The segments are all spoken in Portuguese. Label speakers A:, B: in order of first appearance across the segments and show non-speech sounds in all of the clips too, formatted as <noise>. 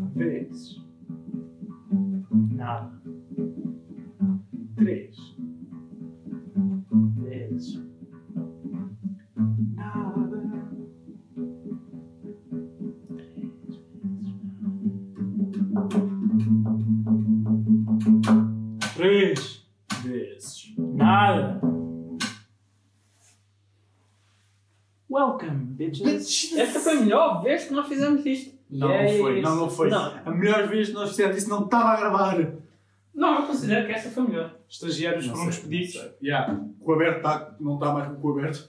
A: dois, nada, três, dez, nada, três vezes nada, três vezes nada. Welcome, bitches.
B: Esta foi a melhor vez que nós fizemos isto.
A: Não,
B: E é
A: não foi,
B: isso.
A: não, não foi.
B: Não,
A: A melhor vez que nós fizemos isso não estava a gravar.
B: não, eu considero que esta foi
A: <laughs>
B: a melhor.
A: Estagiários
C: Não
A: foram
C: sei,
A: despedidos.
C: não sei.
A: Yeah. O aberto tá, não está mais com o cu aberto.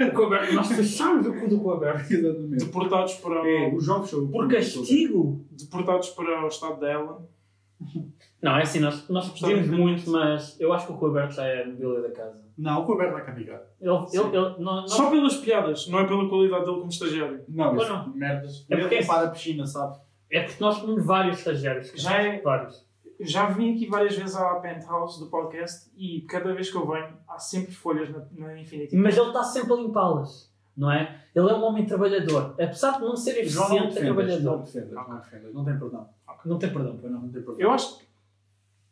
B: O cu aberto, nós fechámos o cu do cu aberto.
C: Exatamente.
A: Deportados para o,
C: É, o João fechou. o
B: Por
C: cu todo.
B: castigo?
A: deportados para o estado da Ellen.
B: Não, é assim, nós, nós pedimos muito, mas eu acho que o cu aberto já é a mobília da casa.
C: Não, o cu aberto vai cá ficar.
B: Ele,
A: Sim.
B: ele, ele, não, não-
A: Só pelas piadas, não é pela qualidade dele como estagiário.
C: Não,
B: Ou
C: isso,
B: não.
C: merdas.
B: É porque-
C: Ele para a piscina, sabe?
B: É porque nós temos vários estagiários. cara.
A: Já é-
B: Vários.
A: Eu Já vim aqui várias vezes à penthouse do podcast e cada vez que eu venho há sempre folhas na, na Infinity.
B: Mas ele está sempre a limpá-las, não é? Ele é um homem trabalhador. Apesar de não ser
C: João não
B: eficiente, é
C: defendas, não
B: trabalhador.
C: defendas, não defendas. Não tem perdão.
B: Não tem perdão, pois não.
C: Não tem perdão.
A: Eu acho que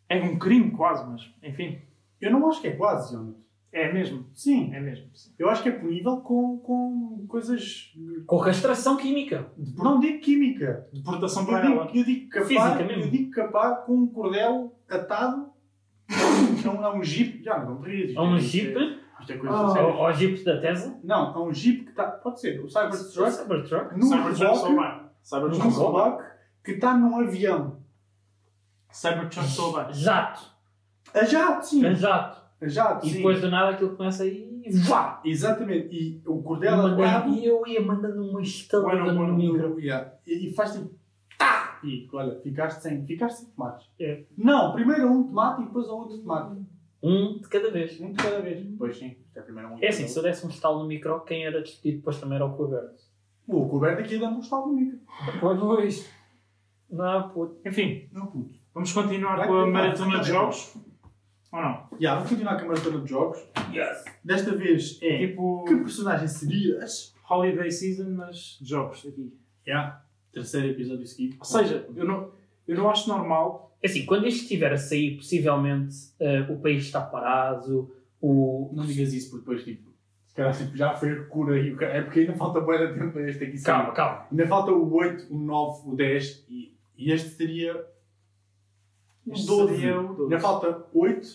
A: é um crime quase, mas enfim,
C: Eu não acho que é quase, Jonas.
A: é mesmo.
C: Sim.
A: É mesmo. sim.
C: Eu acho que é punível com, com coisas.
B: Com castração química.
C: Não digo química.
A: Deportação
C: Eu
A: para
C: digo,
A: ela.
C: eu digo capar,
B: Física mesmo.
C: eu digo capar com um cordel atado a um, a um jeep. Já, não te rias. isto
B: Há um
C: é- isto é-
B: jeep,
C: Isto é coisa
B: ao,
C: séria.
B: ao jeep da Tesla.
C: Não, há um jeep que está. Pode ser, o Cybertruck.
B: Cybertruck.
A: Ah,
C: Num
A: Cybertruck sou
C: reboque,
A: bem.
C: num
A: Cybertruck sou bem.
C: reboque que está num avião.
A: Cybertruck sou bem.
B: Jato.
C: A jato, sim.
B: É jato.
C: A jato,
B: E
C: sim.
B: depois do nada aquilo começa aí e vá!
C: Exatamente. E o
B: E
C: cordel
B: mandando-
C: atado.
B: e eu ia mandando uma estalada
A: Bueno, bueno,
B: no micro.
C: Yeah. E, e faz tipo. Tá! E olha, ficaste sem, ficaste sem tomates.
B: É.
C: Não, primeiro um tomate e depois outro tomate.
B: Um de cada vez.
C: Um de cada vez. Pois sim, isto é primeiro um.
B: É assim, se eu desse um estalo no micro, quem era despedido depois também era o coberto.
C: O coberto aqui dá-me um estalo no micro.
B: Pois. Não, puto.
A: Enfim,
C: Não puto.
A: vamos continuar
C: Vai
A: com a
C: tentar,
A: maratona
C: vai
A: de
C: tentar.
A: jogos. Ou não?
C: Já, vamos continuar com a maratona de jogos.
B: Yes.
C: Desta vez é.
A: Tipo
C: Que personagem serias?
A: Holiday Season, mas de jogos aqui.
C: Já. Terceiro É episódio seguido.
A: Ou seja, eu não, eu não acho normal.
B: É Assim, quando isto estiver a sair, possivelmente eh, o país está parado, o.
C: Não digas isso porque depois tipo. Se calhar tipo, já foi a cura e o cara. É porque ainda falta boa de tempo para este aqui. sair.
B: Calma, calma.
C: Ainda falta o 8, o 9, o 10 e, e este seria.
A: Este
C: Doze.
A: seria o um doze.
C: Ainda falta 8,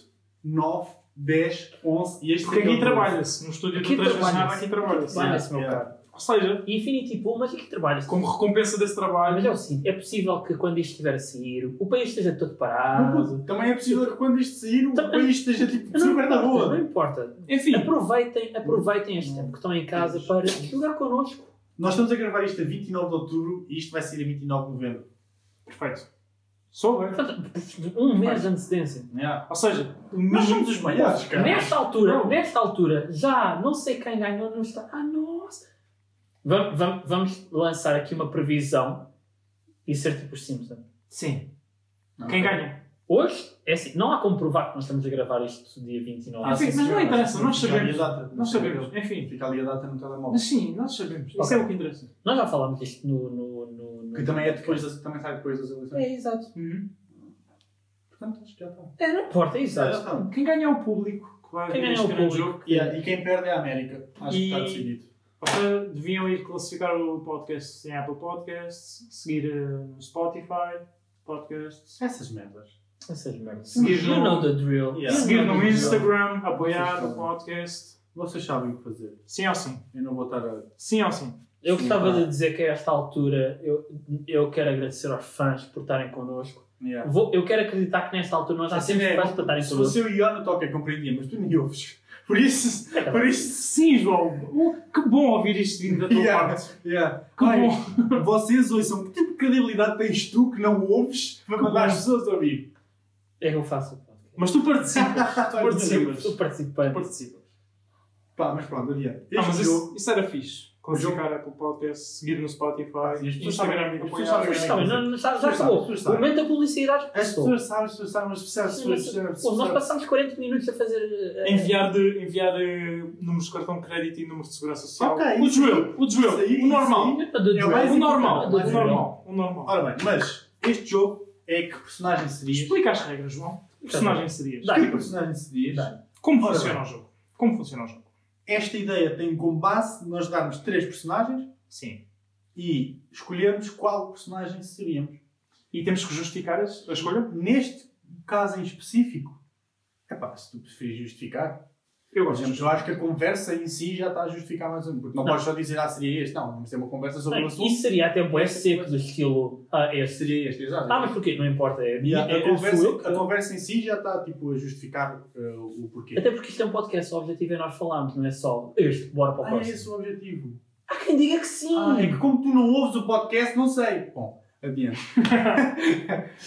C: 9, 10, 11 e este
A: Porque
C: seria
A: aqui
C: o 12.
A: trabalha-se. No estúdio
B: Aqui
A: do 3 vezes nada, um
B: trabalha-se.
A: aqui trabalha-se.
B: Trabalha-se, meu
C: Yeah.
B: caro.
A: Ou seja,
B: Infinity Pool, mas aqui trabalha-se.
A: como recompensa desse
B: Ah, Mas
A: trabalho,
B: é o seguinte, é possível que quando isto estiver a sair, o país esteja todo
A: Ah,
C: Não,
B: parado.
C: puto, também é possível que quando isto sair o
B: Também-
C: país esteja tipo
B: Não
C: super na
B: importa,
C: rua.
B: não importa.
A: enfim,
B: Aproveitem, aproveitem este tempo que estão em casa para jogar connosco.
C: Nós estamos a gravar isto a 29 de outubro e isto vai sair a 29 de novembro.
A: perfeito. Sou bem.
B: Portanto, Um mês de antecedência.
C: Yeah.
A: Ou seja, o mínimo
C: Nós somos os maiores, cara.
B: Nesta altura,
A: Não.
B: nesta altura, já não sei quem ganhou não está. Ah, nossa! Vamos, vamos, lançar aqui uma previsão e ser tipo os Simpsons.
A: Sim. Quem ganha?
B: Hoje, é assim, não há como provar que nós estamos a gravar isto dia 29.
A: Ah, sim, mas não interessa, nós sabemos.
C: Não
A: Nós sabemos. Enfim.
C: Fica ali a data no telemóvel.
A: Mas sim, nós sabemos. Isso é o que interessa.
B: Nós já falámos disto no. no, no, no
C: Que também, é depois das, também sai depois das eleições.
B: É, exato.
A: Uhum.
C: Portanto, acho que já está.
B: É, não importa, é
C: Já
B: exato.
C: está.
A: Quem ganha é o público que vai
B: Quem
A: ver
B: ganha é
A: este
B: o
A: grande
B: público.
A: jogo.
C: Yeah, E quem perde é a América. Acho que está
A: E-
C: decidido.
A: Vocês deviam ir classificar o podcast em Apple Podcasts, seguir eh, no Spotify, podcasts,
C: Essas merdas.
B: Essas merdas.
A: Seguir
B: You
A: no-
B: know the drill.
C: Yeah.
B: You
A: seguir
B: know
A: no
B: the drill.
A: Instagram, apoiar
C: Vocês
A: o
C: sabem.
A: podcast.
C: Vocês sabem o que fazer.
A: Sim ou sim?
C: Eu não vou estar a.
A: Sim ou sim?
B: Eu gostava
C: Sim,
B: de dizer que a esta altura eu, eu quero agradecer aos fãs por estarem connosco.
C: Yeah.
B: Vou- eu quero acreditar que nesta altura nós já
C: Assim
B: temos
C: é,
B: fãs para estarem
C: Se
B: connosco.
C: fosse eu e Ana toca, compreendia, mas tu nem ouves. <laughs> Por isso.
B: É.
C: Por isso.
A: Sim, João! Oh, Que bom ouvir isto vindo da tua
C: Yeah.
A: parte.
C: Yeah.
A: Que
C: Ai,
A: bom!
C: vocês ouçam. Que tipo de credibilidade tens tu que não ouves para mandar as pessoas ouvir?
B: É que eu faço o podcast.
A: Mas tu participas, tu
C: Mas-
B: Eu
A: participas.
B: sou participante.
A: Tu participas.
C: Pá, mas pronto, adiante.
A: Não, Ah, mas
C: <laughs> Este jogo-
A: isso, isso era fixe. classificar Apple Podcasts, seguir no
C: Pá,
A: Spotify.
C: e as pessoas sabem- é.
A: Instagram,
C: as
A: apoiar.
C: pessoas
B: Mas está bem, não- não- já já
C: Vocês sabem,
B: chegou.
C: vocês
B: O momento da publicidade
C: As
B: passou.
C: pessoas sabem, as pessoas sabem, mas percebes,
B: Sim, mas-
C: as pessoas-
B: Pô, Nós passámos 40 minutos a fazer. eh,
A: Enviar, de, enviar eh, números de cartão de crédito e números de segurança social.
C: Ok,
A: o
C: isso-
A: Joel, o Joel,
C: isso aí-
A: o
C: isso
A: normal.
B: eh, do
C: É
B: Joel.
C: mais
A: O normal, o
B: importante, mais
A: normal, o normal. O normal.
C: Ora bem, mas este jogo é que personagem serias?
A: Explica as regras, João. Que personagem serias?
B: Tá Dá.
C: Que personagem serias?
B: Dá.
A: Como
C: Ora
A: funciona o jogo? Como funciona o jogo?
C: Esta ideia tem como base nós darmos três personagens
A: Sim.
C: e escolhermos qual personagem seríamos.
A: E temos que justificar a a escolha?
C: Neste caso em específico, epá, se tu preferires justificar,
A: Eu
C: por
A: gosto.
C: exemplo, eu acho que a conversa em si já está a justificar mais ou menos, porque não,
B: Não.
C: podes só dizer, ah, seria este, não, vamos ter uma conversa sobre
B: Bem,
C: o assunto.
B: um
C: É,
B: Isso seria até bem seco do estilo. Ah, este.
C: Seria este, exato.
B: Ah, mas porquê? Não importa. É,
C: E a,
B: é,
C: a
B: é, sou
C: conversa,
B: eu que-
C: a conversa em si já está tipo, a justificar eh, o porquê.
B: Até porque isto é um podcast, o objetivo é nós falarmos, não é só este, bora para o
C: Ah, é
B: próximo.
C: esse o objetivo.
B: Há quem diga que sim!
C: Ah, é que como tu não ouves o podcast, não sei. Bom, adiante. <laughs>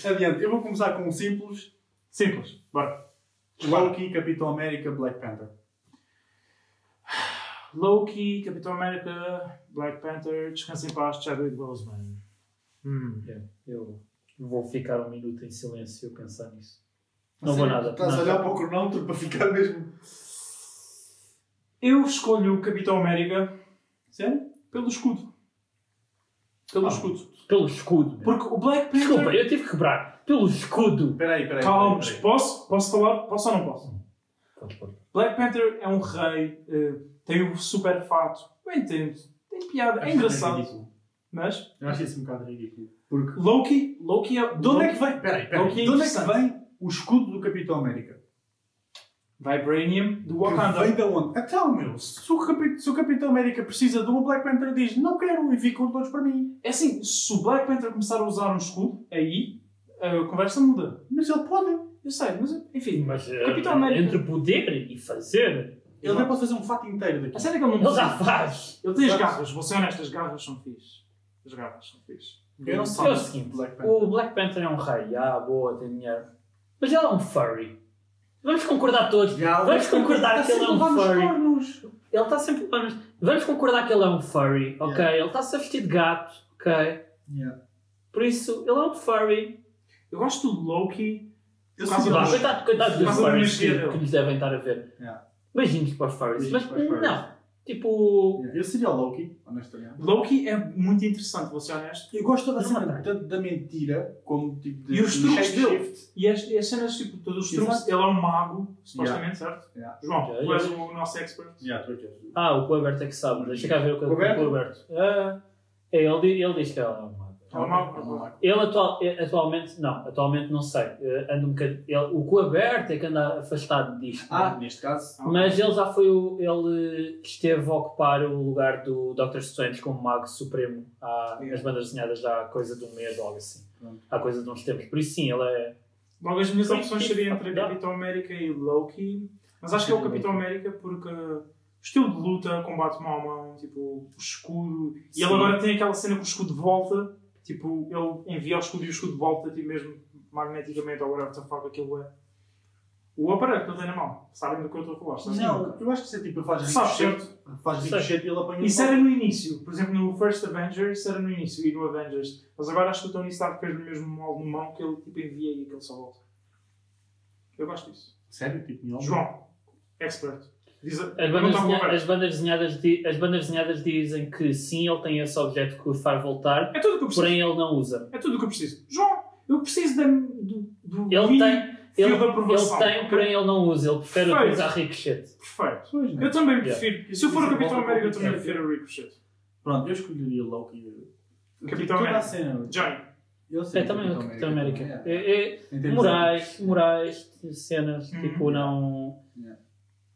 C: adiante. Eu vou começar com um simples.
A: Simples. Bora.
C: Loki, Capitão América, Black Panther.
A: Loki, Capitão América, Black Panther, Descansa em Paz, Chadwick Boseman. Hum.
B: Eu vou ficar um minuto em silêncio a pensar nisso. Não vou
C: Sério,
B: nada.
C: Estás tá a
B: Não.
C: olhar para o cronómetro para ficar mesmo...
A: Eu escolho o Capitão América
C: Sério?
A: pelo escudo. Pelo
C: Ah.
A: escudo.
B: Pelo escudo. meu.
A: Porque o Black Panther.
B: Desculpa, eu tive que quebrar. Pelo escudo.
C: Espera aí, espera aí.
A: Calma,
C: espera aí,
A: posso? Posso falar? Posso ou não posso? Black Panther é um rei, eh, tem o super fato. Eu entendo. Tem piada, é
C: espera aí.
B: <laughs>
C: Acho
A: engraçado.
C: ridículo.
A: Mas
C: Eu acho isso um bocado ridículo. Porque...
A: Loki, Loki é.
C: De onde é que vem... Espera aí, espera aí.
A: Loki é
C: De onde é que
A: interessante.
C: vem o escudo do Capitão América?
A: Vibranium do
C: Que
A: Wakanda.
C: Vem da onde? Então, meu, se o, Capi- se o Capitão América precisa de um, o Black Panther diz não quero e ficam todos para mim.
A: É assim, se o Black Panther começar a usar um escudo, aí a conversa muda.
C: Mas ele pode.
A: Eu sei, mas enfim.
B: Mas eh,
A: Capitão América.
B: entre poder e fazer,
C: Ele até pode fazer um fato inteiro
A: A
C: daqui.
A: sério é que ele não
B: ele já
A: precisa.
B: faz.
A: Ele tem as
C: Sabes?
A: garras, vou ser honesto, as garras são fixe. As garras são fixe.
C: Eu não
B: É
C: sei.
B: o seguinte,
C: Black Panther.
B: o Black Panther é um rei. Ah, boa, tem dinheiro. Mas ele é um furry. Vamos concordar todos. Vamos concordar que ele é um furry.
C: tá cornos.
B: Ele está sempre. Vamos, vamos concordar que ele é um furry, ok? Ele está-se a vestir de gato, ok? Por isso, ele é um furry.
A: Eu gosto do Loki.
C: Eu
A: Por causa
C: sei
A: do-
B: Vá,
A: eles-
B: coitado, coitado
A: por
B: dos
A: causa da
B: furries que,
A: energia dele.
B: que nos devem estar a ver.
C: Yeah.
B: Beijinhos para os furries.
C: É. Beijinhos
B: Mas
C: para os furries.
B: não, tipo.
C: Eu seria o Loki, honestamente.
A: Loki é muito interessante, vou ser honesto.
C: Eu gosto toda a
B: Não
C: cena
B: atrai.
C: tanto da mentira como tipo de.
A: E os
C: de
A: truques
C: shapeshift.
A: E as, e as cenas, tipo, todos os
C: Exato.
A: truques, ele é um mago, supostamente, certo?
C: Yeah.
A: João,
B: Yeah,
A: tu és o nosso expert.
C: Yeah, tu é que és.
B: Ah, o Colbert é que sabe. Deixa cá ver o que o
C: Colbert?
B: Colbert. Ah, é, ele, di- ele diz que ele é um mago.
A: É um mago,
C: É um mago.
B: Ele atual, eh, atualmente, não, atualmente não sei. Eh, anda um bocad- ele- o Colbert é que anda afastado disto. né?
C: Ah, neste caso.
A: Ah,
B: Mas ele já foi o. Ele esteve a ocupar o lugar do Dr. Strange como mago supremo há,
C: Yeah.
B: nas bandas desenhadas há coisa de um mês ou algo assim.
C: Pronto.
B: Há coisa de uns tempos. Por isso sim, ele é.
A: Logo, as minhas
B: Sim,
A: opções
B: sim,
A: seriam entre
B: dá.
A: Capitão América e Loki. Mas acho que é o Capitão América porque o estilo de luta, combate mão a mão, tipo, o escudo. E ele
B: Sim.
A: agora tem aquela cena que o escudo volta. Tipo, ele envia o escudo e o escudo volta, tipo, mesmo magneticamente, ou whatever the fuck aquilo é. O aparelho que ele tem na mão. Sabem do que eu estou a falar, sabem?
C: Não, eu acho que isso é tipo, ele faz
A: Sabe,
C: ricochete. Faz
B: Sei.
C: ricochete e ele apanha. um
A: Isso era no início, por exemplo, no First Avengers isso era no início e no Avengers. Mas agora acho que o Tony Stark fez mesmo mal no mão que ele tipo envia e aquele só volta. Eu gosto disso.
C: Sério? Tipo, não.
A: João, expert. Diz a...
B: As bandas,
A: pergunta ao
B: desenha-
A: Roberto.
B: as bandas desenhadas, di- as bandas desenhadas dizem que sim, ele tem esse objeto que o faz voltar,
A: É tudo o que eu preciso.
B: porém ele não usa.
A: É tudo o que eu preciso. João, eu preciso da, do, do
B: Ele
A: mini
B: tem-
A: fio
B: Ele,
A: de
B: ele
A: aprovação.
B: tem,
A: ok?
B: porém ele não usa. Ele prefere
A: Perfeito.
B: utilizar ricochete.
A: Perfeito.
C: Pois, né?
A: Eu também
B: Yeah. é
A: prefiro. Se eu for o
C: Isso
A: Capitão
C: volta
A: América, eu
C: com o
A: também
C: Capitão.
A: prefiro o Ricochet.
C: Pronto, eu escolheria o Loki. Tipo,
A: Capitão
C: Toda
A: América.
C: a cena.
A: Johnny.
C: Eu
B: É
C: seria
B: também o Capitão América.
C: É.
B: É- é-
C: Em termos
B: Morais, morais, cenas,
A: Hum.
B: tipo, não.
C: Yeah.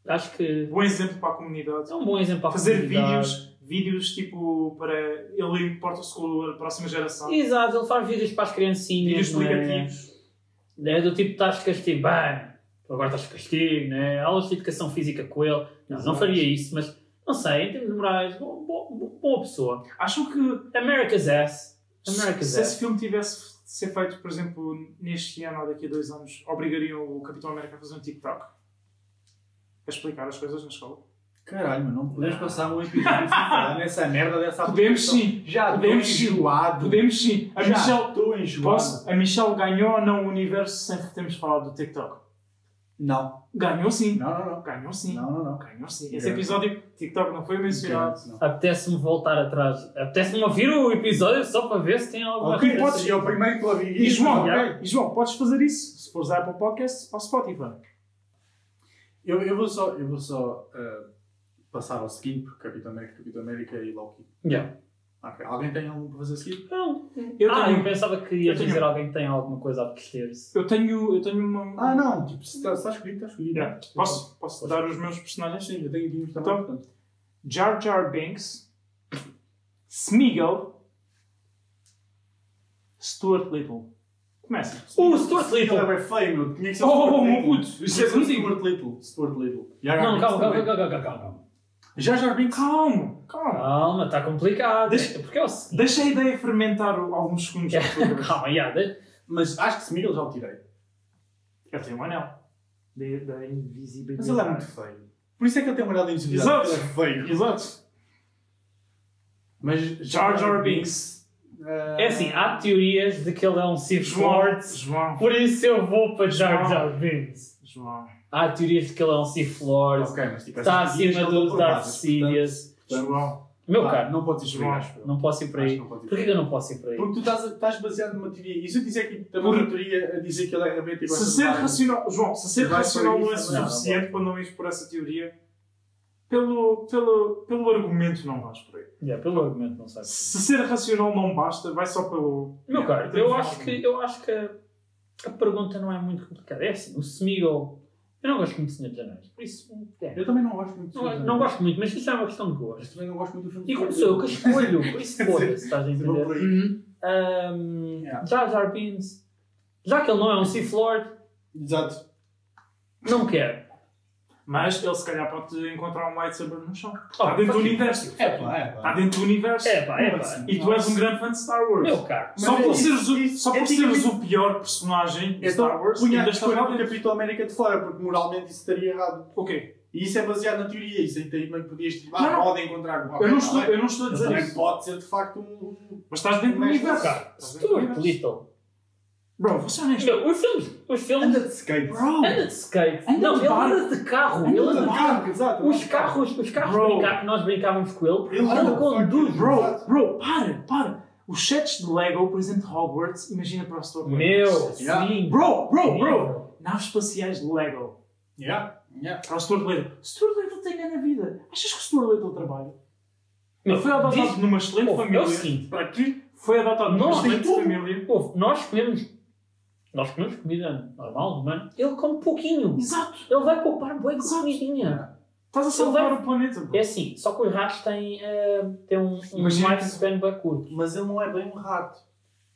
B: Acho que
A: Bom exemplo para a comunidade.
B: é um bom exemplo para
A: fazer vídeos, vídeos tipo para ele importa-se com a próxima geração.
B: Exato, ele faz vídeos para as
A: Vídeos
B: criancinhas. não é?
A: explicativos.
B: é do tipo, estás de castigo, bem, tu agora estás de castigo, né? aulas de educação física com ele. Não, não
C: Exato.
B: faria isso, mas não sei, em termos de morais, bo- bo- bo- boa pessoa.
A: Acham que
B: America's ass.
A: se,
B: America's
A: se esse
B: ass.
A: filme tivesse de ser feito, por exemplo, neste ano ou daqui a dois anos, obrigariam o Capitão América a fazer um TikTok? A explicar as coisas na escola?
C: Caralho, mas não podemos passar um episódio sem falar nessa merda dessa
A: Podemos
C: aplicação.
A: sim.
C: Já estou
A: Podemos sim.
C: enjoado.
A: Podemos sim. A
C: então. Já
A: Michelle.
C: estou enjoado.
A: Posso? A Michelle ganhou ou não o universo sem termos falado do TikTok?
C: Não.
A: Ganhou sim.
C: Não, não, não.
A: Ganhou sim.
C: Não, não, não.
A: Ganhou sim. Esse
C: Ganhou.
A: episódio TikTok não foi mencionado.
C: Não.
B: Apetece-me voltar atrás. Apetece-me ouvir o episódio só para ver se tem alguma assim.
C: Ok,
B: referência.
A: assim?
C: podes, é o primeiro que eu ouvi.
A: E João,
C: ok.
A: e João, podes fazer isso se fores a Apple Podcasts ou Spotify.
C: Eu, eu vou só, eu vou só ah, passar ao seguinte, porque Capitão América, Capitão América e Loki.
B: Yeah.
C: Ok, Alguém tem algum para fazer seguinte?
B: Não.
A: Eu
B: ah, eu
A: tenho,
B: pensava que ias
A: Eu tenho-
B: dizer alguém que tem alguma coisa a abster-se.
A: eu tenho, eu tenho uma.
C: Ah, não. Tipo, se está, se está escolhido, está escolhido.
A: Yeah. Posso, posso
B: Posso.
A: dar os meus personagens?
C: Sim, eu tenho aqui uns também.
A: Então.
C: portanto.
A: Jar Jar Binks, Smeagol, Stuart Little. Começa.
B: O Stuart
C: Ele é
B: Little!
C: bem feio, meu. Tinha que ser
A: Oh,
C: o Stuart
A: oh, oh,
C: Little.
A: meu puto, isto
C: Tinha
A: é
C: que ser o
A: contigo.
C: Stuart Little. Stuart Little.
A: Ah,
C: Já
B: Não,
C: agora
B: calma, calma,
C: também.
B: calma, calma, calma, calma.
C: Já já bem calma.
A: Calma, calma.
B: Calma, está complicado.
A: Deixa-
B: Porque é o seguinte. <laughs>
A: Deixa a ideia fermentar o- alguns segundos. por favor.
B: Calma, yeah, deixa-
C: Mas acho que Smigel já o tirei.
A: Eu tenho um anel. De- Da invisibilidade.
C: Mas ele é muito feio. Por isso é que ele tem uma olhada
A: Exato.
C: invisibilidade. Ele é feio.
A: Exato.
C: Mas
A: Jar Jar Binks.
C: Ah.
B: É assim, há teorias de que ele é um Sith
A: João.
B: Lord,
A: João.
B: por isso eu vou para Jar
A: João.
B: Jar Binks.
A: João.
B: Há teorias de que ele é um Sith Lord,
C: Ok, mas tipo,
B: está
C: essas teorias
B: acima
C: já estão
B: do Darth
C: provadas,
B: Sidious.
C: portanto,
A: João.
B: Meu
C: pá,
B: caro,
C: Não podes ir por aí,
A: João,
C: acho eu.
B: não posso ir para
C: ah, Acho que
B: aí.
C: não podes ir por
B: Porquê
C: aí.
B: que eu não posso ir para aí?
C: Porque tu estás, estás baseado numa teoria. E se eu disser que também
A: Por-
C: uma teoria a dizer que ele é rabeta e gosta
A: Se
C: de
A: ser
C: barba?
A: racional, João, se ser
C: Vai por
A: racional
C: aí,
A: não é
C: não,
A: suficiente para não ir por essa teoria, pelo, pelo, pelo argumento não vais por aí.
B: Yeah, pelo argumento, não sei.
A: Se ser racional não basta, vai só pelo.
B: Meu caro,
A: Temos
B: eu
A: um
B: acho que,
A: argumento.
B: eu acho que a, a pergunta não é muito complicada. É assim, o Smeagol. Eu não gosto muito de Senhor dos Anéis, por isso. é.
C: Eu também não gosto muito
B: Não,
C: filmes,
B: não gosto muito, mas isso é uma questão de gosto.
C: Mas também não gosto muito do filme.
B: E como sou eu que escolho,
C: <laughs>
B: por isso foda-se, estás a
C: Se vou
B: entender?
C: por aí.
A: Uhum.
B: Um,
C: Yeah.
B: Jar Jar Binks, já que ele não é um Sith Lord,
C: Exato.
B: não quero.
A: Mas ele se calhar pode encontrar um lightsaber no chão.
B: Oh,
A: Está dentro do
B: fuck you.
A: universo.
C: É pá, é
A: Está
C: pá.
A: dentro do universo.
B: É pá, é pá.
C: Assim.
A: E tu és um grande fã de Star Wars.
B: Meu caro.
A: Só
C: Mas
A: por,
C: é isso,
A: seres, o,
C: isso,
A: só por
C: eticamente-
A: seres o pior personagem de Star
C: Então,
A: Wars,
C: punha
A: ainda
C: a
A: estás lá
C: história do
A: dentro.
C: Capitão América de fora, porque moralmente isso estaria errado.
A: Ok.
C: E isso é baseado na teoria, isso aí também podias tipo, ah,
A: Não, não.
C: pode encontrar alguma é?
A: Eu não estou, eu não estou a
C: Mas
A: dizer
C: também
A: isso.
C: pode ser de facto um.
A: Mas estás dentro do
C: Tá Mas, tá
A: universo.
B: Cara,
A: Estás dentro do
B: Stuart
A: universo.
B: Little.
A: Bro, vou ser honesto.
B: Meu, os filmes. Os filmes.
C: Anda de skate.
A: Bro.
B: Anda de skate.
A: Anda
B: não,
A: de
B: ele
A: barco.
B: anda de carro.
A: Anda
B: Ele
A: de
B: anda de
A: barco.
C: Carro, exato.
B: Os carros, os carros
A: Bro.
B: brincar, que nós brincávamos com ele,
C: Ele
B: ele
C: anda
B: conduz.
A: Bro, bro, para, para. Os sets de Lego, por exemplo, de Hogwarts, imagina para o Star Wars.
B: Meu,
C: Yeah.
B: sim.
A: Bro, bro, bro. Naves espaciais de Lego.
C: Yeah. Yeah.
A: Para o Stuart Little. Stuart Little tem grande vida. Achas que o Stuart Little trabalha?
B: Meu,
A: Ele foi adotado
B: diz-
A: numa excelente
B: Ouve,
A: família.
B: é o seguinte.
A: Para ti, foi adotado numa
B: Nós
A: excelente
B: tem tudo.
A: família.
B: Ouve, nós comemos. Nós comemos comida normal, humana. Ele come pouquinho.
A: Exato.
B: Ele vai poupar bué de
A: Exato.
B: comidinha.
A: Estás a salvar o planeta, bro.
B: É assim, só que os ratos têm, eh, têm um, um
A: Imagina-
B: lifespan bem curto.
C: Mas ele não é bem um rato.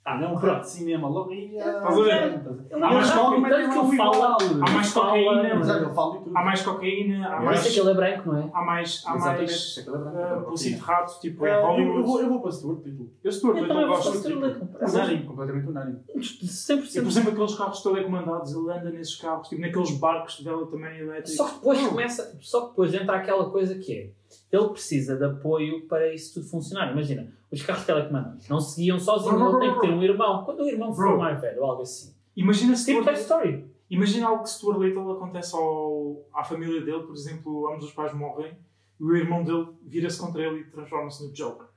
B: Ah,
C: Ele é um rato de cinema. Logo aí.
A: É,
C: ah,
A: Estás a ver?
B: Ele
A: Há
B: é um
A: mais
B: rato,
A: cocaína,
B: tanto que
A: não
B: ele fala.
A: Há mais cocaína,
C: É, Mas
B: mas é
C: olha, eu falo de tudo.
A: Há mais cocaína, há
C: Eu
B: Por isso é
A: mais.
B: que ele é branco, não é?
A: Há mais. Há mais.
C: Exatamente.
A: ah, Pulsinho de
C: Ah,
A: rato, tipo, é
C: eu- eu vou-
A: Hollywood.
C: eu vou para Stuart Little.
A: Eu, Stuart
B: Então
A: Little,
B: eu
A: gosto tipo,
B: vou
A: muito.
B: para Stuart Little.
A: Unânime.
C: Completamente unânime.
A: E, por
B: 100%.
A: exemplo, aqueles carros telecomandados, ele anda nesses carros, tipo, naqueles barcos de vela também elétrico.
B: Só que depois começa, só que depois entra aquela coisa que é, ele precisa de apoio para isso tudo funcionar. Imagina, os carros telecomandados não seguiam sozinhos,
A: Bro, bro,
B: ele tem
A: bro,
B: que ter um irmão. Quando o irmão for
A: Bro.
B: mais velho ou algo assim.
A: Imagina
B: Tipo
A: Stuart
B: Toy Story.
A: Imagina algo que Stuart Little acontece ao, à família dele, por exemplo, ambos os pais morrem e o irmão dele vira-se contra ele e transforma-se no Joker.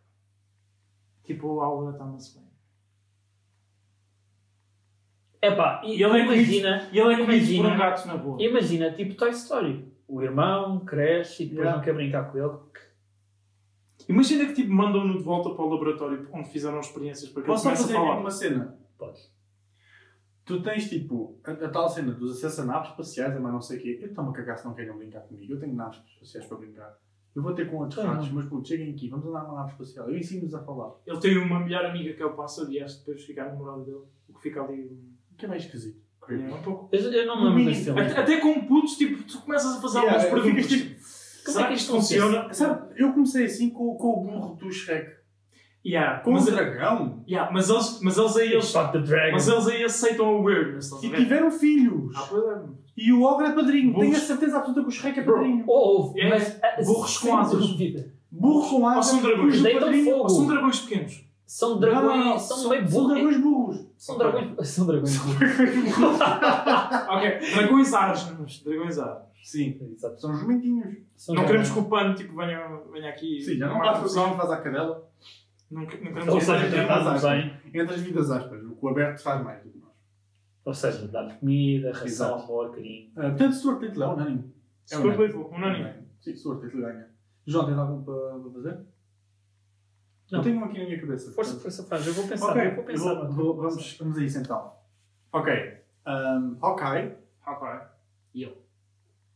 A: Tipo, algo da Thomas Wayne.
B: Epá, e
A: E ele é
B: imagina...
A: E ele é comido por
B: Imagina.
A: um gato na boa.
B: Imagina, tipo Toy Story. O irmão cresce e depois
C: Yeah.
B: não quer brincar com ele.
A: Imagina que tipo, mandam-no de volta para o laboratório onde fizeram experiências para que ele
C: Posso só
A: comece a
C: fazer
A: falar.
C: uma cena?
B: Podes.
C: Tu tens tipo a, a tal cena dos acessos a naves espaciais, mas não sei o quê. Eu estou-me a cagar se não querem brincar comigo. Eu tenho naves espaciais para brincar. Eu vou ter com outros
B: Ah.
C: ratos, mas puto, cheguem aqui, vamos andar numa nave espacial. Eu ensino-vos a falar.
A: Ele tem uma melhor amiga que é o pássaro e acho que depois fica a namorada dele. O que fica ali um,
C: O que é mais esquisito?
A: é, um pouco.
B: Eu, eu não me lembro desse filme.
A: Até, até com putos, tipo, tu começas a fazer
C: Yeah,
A: algumas
C: eu fico
A: perguntas.
C: tipo,
A: Será
B: que
A: que
B: isto
A: isto funciona?
C: Sabe, eu comecei assim com, com o burro do Shrek.
A: Yeah,
C: Com um
A: mas, é
C: dragão?
A: yeah, mas, eles, mas eles <laughs> aí eles,
B: Fuck the Dragon.
A: mas eles aí aceitam o weirdness, estás a
C: E tipo-
A: ver?
C: tiveram filhos.
A: Ah, pois é.
C: E o ogre é padrinho.
A: Burros.
C: Tenho a certeza absoluta que o Shrek é
A: Bro.
C: padrinho.
B: Houve,
A: É,
B: mas ah,
A: burros com
B: sem
A: asas.
B: dúvida.
C: Burro com
A: Ou
C: asas.
A: são dragões.
C: cujo
B: Deitam
C: padrinho-
B: fogo.
A: Ou Oh, são dragões pequenos.
B: São
C: Não,
B: dragões.
C: não, não.
B: São meio
C: São
B: burros.
A: <laughs>
C: dragões burros.
B: São dragões. <laughs> São dragões.
A: Ok, dragões árabes. Dragões árabes.
C: Sim.
B: Exato.
C: São jumentinhos.
B: São
A: Não queremos
B: dragões.
A: que o pano tipo, venha, venha aqui.
C: Então Sim, já não
A: marque
C: basta o
A: confusão.
C: que faz à cadela.
A: Não, que- não
B: Ou
A: queremos que é
B: seja,
C: Sim,
A: venha.
C: sim.
B: tratamos bem.
C: Entre as vidas aspas. O que o aberto faz mais do que nós.
B: Ou seja, damos comida, ração,
C: Exato.
B: amor, carinho.
C: Ah, Portanto, Stuart Little é unânime.
A: Se for Playbook, unânime.
C: Sim, Stuart Little ganha. João, tens algum para para fazer?
B: Não.
C: Eu tenho um aqui na minha cabeça.
B: Força,
C: portanto.
B: força, faz. Eu vou pensar.
C: Ok,
B: eu vou pensar.
C: vou-
B: mano. <laughs>
C: vou- vamos, vamos a isso então. Ok. Um, Hawkeye.
A: Ok. E ele?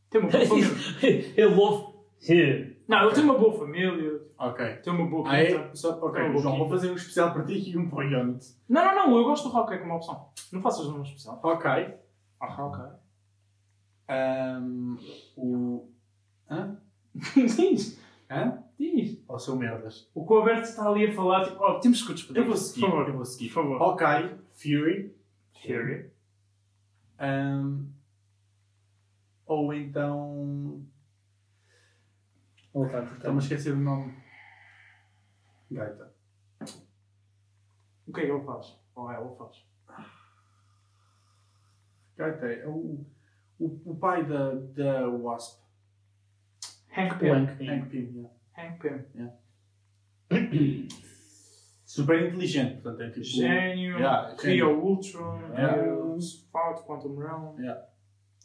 A: Tem
C: <laughs>
A: uma boa família.
B: Ele ouve. Him.
A: Não, ele tem uma boa família.
C: Ok.
A: Tem uma boa
C: Ah,
A: quinta.
C: é? Só, ok,
A: Então,
C: João,
A: aqui.
C: vou fazer um especial para ti e um para o Yonit.
A: Não, não, não. Eu gosto do Hawkeye como opção. Não faças numa
C: <laughs>
A: especial.
C: Hawkeye.
A: Ah, Hawkeye.
C: Um, o. Hã?
A: Diz.
C: Hã?
A: Diz.
C: Ou seu merdas.
A: O que o Alberto está ali a falar, tipo, oh, temos que o discutir.
C: Eu vou seguir.
A: Por favor.
C: Eu vou seguir.
A: Por favor.
C: Hawkeye, Fury.
A: Fury.
C: um, ou então.
B: <laughs> Vou voltar, portanto.
C: Estamos a esquecer o nome. Gaita.
A: O que é que ele faz? Ou ela faz?
C: Gaita é o, o, o pai da, da Wasp.
A: Hank
B: O
A: Pym.
B: Hank Pym.
C: Hank Pym. yeah.
A: Hank Pym.
C: Super inteligente, portanto é tipo.
A: Gênio.
C: Yeah,
A: Cria o Ultron.
C: Yeah.
A: Cria o Spout, Quantum Realm.
C: Yeah.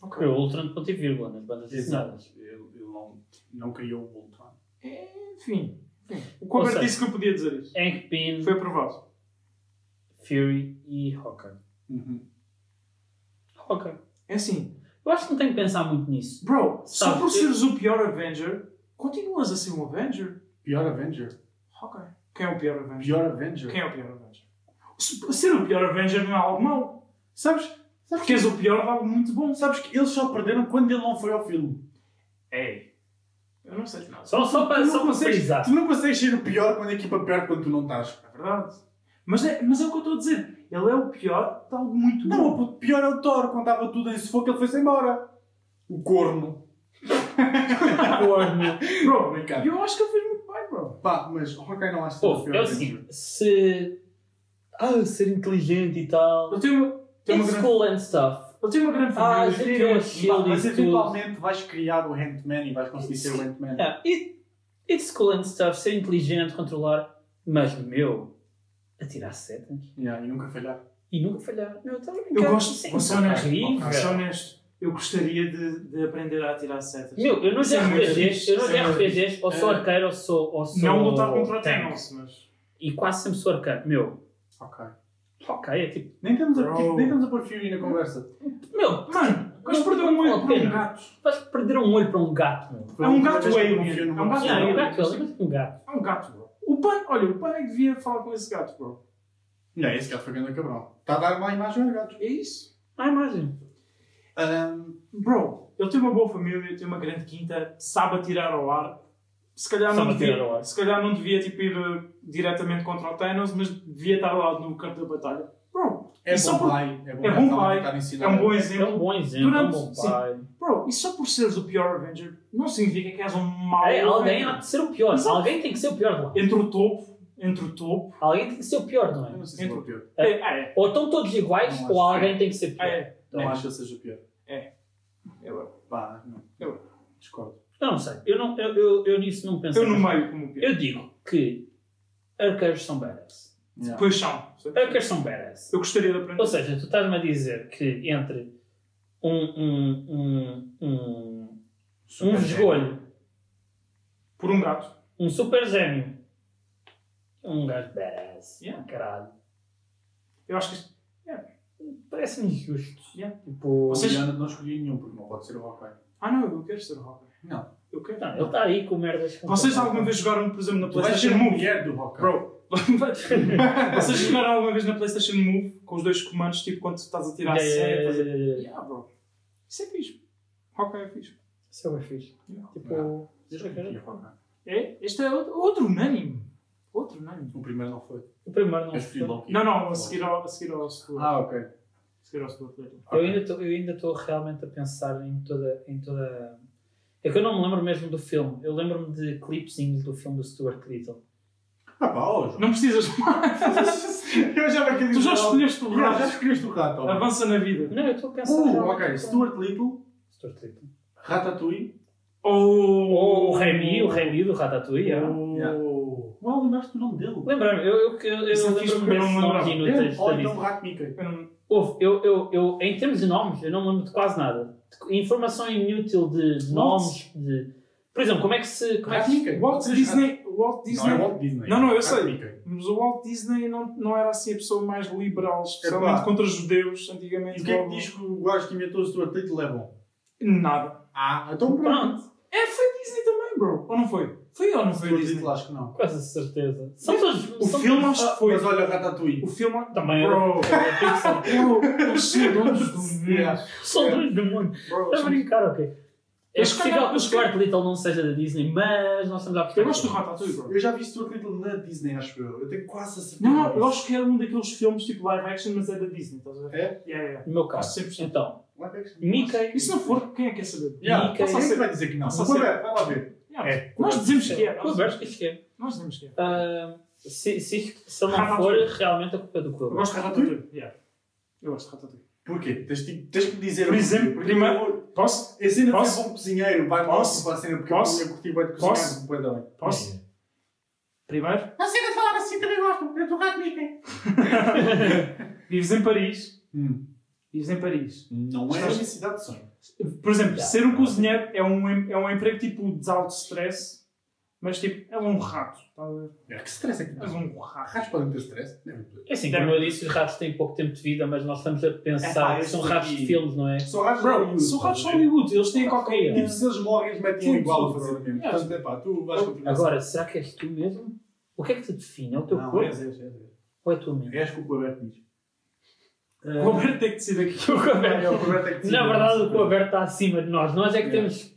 A: Ok.
B: Foi o Ultron de ponto e vírgula nas bandas
C: Exato.
B: desenhadas.
C: Ele, ele não, não criou o Ultron.
A: Enfim. enfim. O Colbert
B: seja-
A: disse que eu podia dizer isso.
B: Hank Pym,
A: Foi aprovado.
B: Fury e Hawkeye.
A: Uhum.
B: Hawkeye.
A: É assim.
B: Eu acho que não tenho que pensar muito nisso.
A: Bro, só
B: Sabe,
A: por
B: eu-
A: seres o pior Avenger, continuas a ser um Avenger?
C: Pior Avenger.
A: Ok. Quem é o pior Avenger?
C: Pior Avenger.
A: Quem é o pior Avenger? Se- Ser o pior Avenger não é algo mau.
C: Sabes? Sabes
A: Porque és o pior de algo muito bom.
C: que, sabes que eles só perderam quando ele não foi ao filme.
A: Ei. É. Eu não sei de nada.
B: Só, só para,
C: tu,
B: só
C: não
B: para
C: consegues,
B: <laughs> frisar.
C: tu não consegues ser o pior quando a equipa perde quando tu não estás.
A: É verdade. Mas é, mas é o que eu estou a dizer. Ele é o pior de algo muito bom.
C: Não, o puto pior é o Thor. Quando estava tudo em sufoco, ele foi-se embora. O corno.
B: Corno.
A: Bro,
C: Obrigado.
A: eu acho que ele fez muito bem, bro.
C: Pá, mas Hawkeye não acho que seja
B: Pô, é o seguinte, se. Ah, ser inteligente e tal.
A: Ele tem uma, tem uma
B: It's
A: grande,
B: cool and stuff.
A: ele tem uma grande
B: Ah,
A: família.
B: gente,
A: ele tem uma-
B: eu achei-
C: Pá, mas
B: Isso tudo.
C: eventualmente vais criar o Handman e vais conseguir ser o Handman.
B: Yeah, it- it's cool and stuff, ser inteligente, controlar. Mas, meu, atirar setas.
C: Yeah, e nunca falhar.
B: E nunca falhar. Meu, tá
A: Eu gosto,
B: de
A: vou ser honesto, vou ser
B: incrível.
A: honesto. Eu gostaria de, de aprender a atirar setas.
B: Meu, eu não
A: Isso é
B: sei
A: muito
B: RPGs,
A: fixe,
B: eu não
A: isso
B: sei
A: é muito
B: RPGs, ou sou
C: Eh,
B: arqueiro ou sou. Ou sou
A: não lutar contra o
B: tanque.
A: Thanos, mas.
B: E quase sempre sou arqueiro. Meu,
C: Ok.
B: ok, é tipo.
C: Nem estamos, a,
A: Bro.
C: nem estamos a pôr Fury na conversa.
B: Meu,
A: Mano, mas
B: Não
A: perdeu um
B: vale
A: olho
B: a
A: por um
B: pena.
A: gato.
B: vais perder um olho para um gato, meu.
A: É um gato
C: Mas
A: alien.
C: confio numa
A: É um gato
C: pessoa.
B: Yeah,
A: alien.
B: um gato, ele é um gato.
A: É um gato, bro. O pan, olha, o pan é que devia falar com esse gato, bro.
C: Não, esse gato foi grande cabrão. Está a dar uma imagem aos gatos.
A: É isso?
B: Há imagem.
C: Ahm,
A: Bro, ele tem uma boa família, tem uma grande quinta, sabe atirar ao ar. Se calhar,
B: Sabe
A: não devia,
B: atirar ao ar.
A: se calhar não devia tipo, ir eh, diretamente contra o Thanos, mas devia estar lá no campo da batalha. Bro,
C: é,
A: E só
C: bom
A: por-
C: pai, é bom
A: é
C: pai.
A: bom
C: tá lá a
A: pai,
C: tentar
A: é
C: ensinar.
A: um bom
B: É
A: exemplo.
B: um bom exemplo, é um bom
A: Durante-
B: pai.
A: Bro, e só por seres o pior Avenger, não significa que és um mau.
B: É, alguém
A: Avenger.
B: há de ser o pior.
A: Exato.
B: Alguém tem que ser o pior de lá.
A: Entre o topo, entre o topo.
B: Alguém tem que ser o pior, não
C: Eu
B: é?
C: não sei se
A: Entre-
C: é o pior.
A: É, é,
B: Ou estão todos iguais,
C: Não acho
B: ou
C: que
B: alguém tem que ser pior.
A: é. é.
C: Não
B: É.
C: acho que eu seja o pior.
A: Eu,
C: Pá, não.
A: Eu-
C: discordo.
B: Eu não sei. Eu, não, eu, eu, eu nisso não penso.
A: eu no meio como o pior.
B: Eu digo que arqueiros são badass.
C: Yeah.
A: Pois são. Eu
B: Arqueiros são badass.
A: gostaria de aprender.
B: Ou seja, tu estás-me a dizer que entre um, um, um, um, um
C: Super
B: esgolho,
A: Por um gato.
B: um super gêmeo, um gajo badass,
A: Yeah.
B: caralho,
A: Eu acho que isto-
B: parece-me injusto.
A: Yeah.
B: Tipo,
A: Vocês-
C: Eu não escolhi nenhum, porque não pode ser o Hawkeye.
A: Ah não, eu quero ser o Hawkeye.
C: Não.
A: Eu quero.
B: não, ele está aí com merdas. com-
A: Vocês alguma vez jogaram, por exemplo, na
C: Tu vais
A: PlayStation
C: ser a
A: Move?
C: mulher
A: <laughs>
C: do Hawkeye.
A: Bro,
B: <laughs>
A: vocês jogaram alguma vez na PlayStation Move com os dois comandos, tipo quando estás a tirar
B: Yeah, yeah,
A: setas?
B: yeah, yeah, yeah.
A: Yeah, bro. Isso é fixe. Hawkeye é fixe.
B: Isso é bem fixe.
A: Yeah.
B: Tipo,
C: Escolhi o Hawkeye.
A: É, este é outro, outro unânime. Outro, não é?
C: O primeiro não foi.
B: O primeiro não
C: Mas fui
B: foi.
C: Loki.
A: Não, não, a seguir ao, a seguir ao segundo.
C: Ah, ok.
A: A seguir ao segundo atleta.
B: Eu ainda estou- eu ainda estou realmente a pensar em toda, em toda. É que eu não me lembro mesmo do filme. Eu lembro-me de clipezinhos do filme do Stuart Little.
C: Ah, pá, ó, João.
A: Não precisas <laughs> mais.
C: <laughs> Eu já vai querer
B: <laughs>
A: tu já
C: dizer-
A: escolheste o
C: Já, já
A: rato.
C: escolheste o rato. ó.
A: Avança na vida.
B: Não, eu estou a pensar.
C: Uh,
B: realmente
C: ok.
B: no-
C: Stuart Little,
B: Stuart Little.
C: Ratatouille.
A: Ou
B: Ou o Remy, o Remy do
A: Uh.
B: Ratatouille. Yeah.
C: Yeah. Uau, lembraste é o nome dele?
B: Lembrei-me, eu, eu, eu,
A: Isso
B: eu
A: é fixe porque
B: lembro-me
A: eu não
B: desses
A: me É,
B: nomes
A: lembrava.
B: inúteis
C: Ou
B: da Disney.
C: então o Rato Mickey.
A: Eu não-
B: Houve, eu, eu, eu, em termos de nomes, eu não me lembro de quase nada. De Informação inútil de, de
A: Nomes.
B: nomes, de... Por exemplo, como é que se... Como é
C: Rato
B: que...
C: Mickey.
A: Walt Disney. Walt
C: Não é
A: Disney.
C: Walt Disney.
A: Não, não, eu
C: Rato
A: sei.
C: Mickey.
A: Mas o Walt Disney não, não era assim a pessoa mais liberal, especialmente
C: Epá.
A: contra os judeus
C: E
A: antigamente.
C: o que é que
A: logo-
C: diz que o gajo que inventou o Stuart Little é bom?
A: Nada.
C: Ah, então pronto.
B: Pronto,
A: É, foi Disney também, bro. Ou não foi? Foi ou não foi
C: Stuart
A: Disney?
C: Little acho que não.
B: quase certeza. São todos...
A: O
B: são
A: filme
B: todos- ah,
A: acho que
C: Mas
A: foi.
C: olha
A: <laughs>
C: o Ratatouille.
A: O filme.
B: Também é era-
A: <laughs> Bro.
B: era Pixar.
A: Bro, Eles são donos do
C: Yeah.
A: mundo.
B: São dois do mundo.
A: Bro,
B: Estás a brincar, ok. É
A: É. Mas se
B: possível
A: calhar-
B: que o Stuart Little não seja da Disney, mas nós estamos a
A: Eu gosto do Ratatouille, bro.
C: Eu já vi Stuart Little na Disney, acho eu. Eu tenho quase a certeza.
A: Não, não, eu
C: disso.
A: acho que é um daqueles filmes tipo live action, mas é da Disney, estás a ver?
C: É?
A: Yeah, yeah.
B: No meu caso.
A: 100%.
B: Então,
C: Live action.
B: Mickey...
A: E se não for, quem é que quer saber?
C: Yeah,
B: Mickey-
C: Quem é que vai dizer que não?
A: Só
C: Vamos
A: sei.
C: ver, vai lá ver.
A: Yeah.
C: É.
A: Nós dizemos que é. Nós,
B: Conversa, isto é.
A: nós dizemos que é.
B: Ah, se, se, se ele não for,
A: Ratatouille.
B: realmente a culpa é do
A: Eu
B: clube.
A: gosto de Ratatouille. Yeah. Eu gosto de Ratatouille.
C: Porquê? Tens, de- tens que me dizer.
A: Por exemplo,
C: Porque
A: primeiro-
C: eu-
A: Posso?
C: A cena
A: Posso?
C: foi bom cozinheiro, vai mal
A: Posso?
C: para a cena porque
A: Posso?
C: eu curti vai de
A: Posso?
C: cozinhar. Vai dar bem.
A: Posso? Primeiro,
C: A cena de falar assim também gosto. Eu do rato Mickey.
A: vives em Paris.
C: Hum.
A: Vives em Paris.
C: Não é a
A: Estás-
C: minha cidade de sonho.
A: Por exemplo,
B: Yeah.
A: ser um cozinheiro é um, em- é um emprego tipo de alto stress, mas tipo, é um rato. Estás a ver?
C: É, Que stress é que
A: És
C: tens?
A: um rato.
C: Ratos podem ter stress? Não é muito.
B: É assim, como eu disse, os ratos têm pouco tempo de vida, mas nós estamos a
C: É
B: pensar
C: pá,
B: que são
C: este
B: ratos
C: aqui-
B: de filmes, não é?
C: Só ratos
A: Bro, se o rato são Hollywood, eles têm cocaína.
C: Tipo, se eles morrem, eles metem
A: Sim,
C: igual a
A: sim,
C: fazer o mesmo.
A: É.
C: Portanto, é pá, tu vais continuar.
B: Agora, será que és tu mesmo? O que é que te define? É o teu
C: Não,
B: corpo
C: és, és, és, és.
B: ou é a tua mente? Ah,
C: És que o Coberto diz.
A: É O Roberto tem que decidir aqui.
B: <laughs> O
C: É,
B: Coberto.
C: o Coberto é que decide.
B: Na verdade, o Coberto está acima de nós. Nós é que
C: É.
B: temos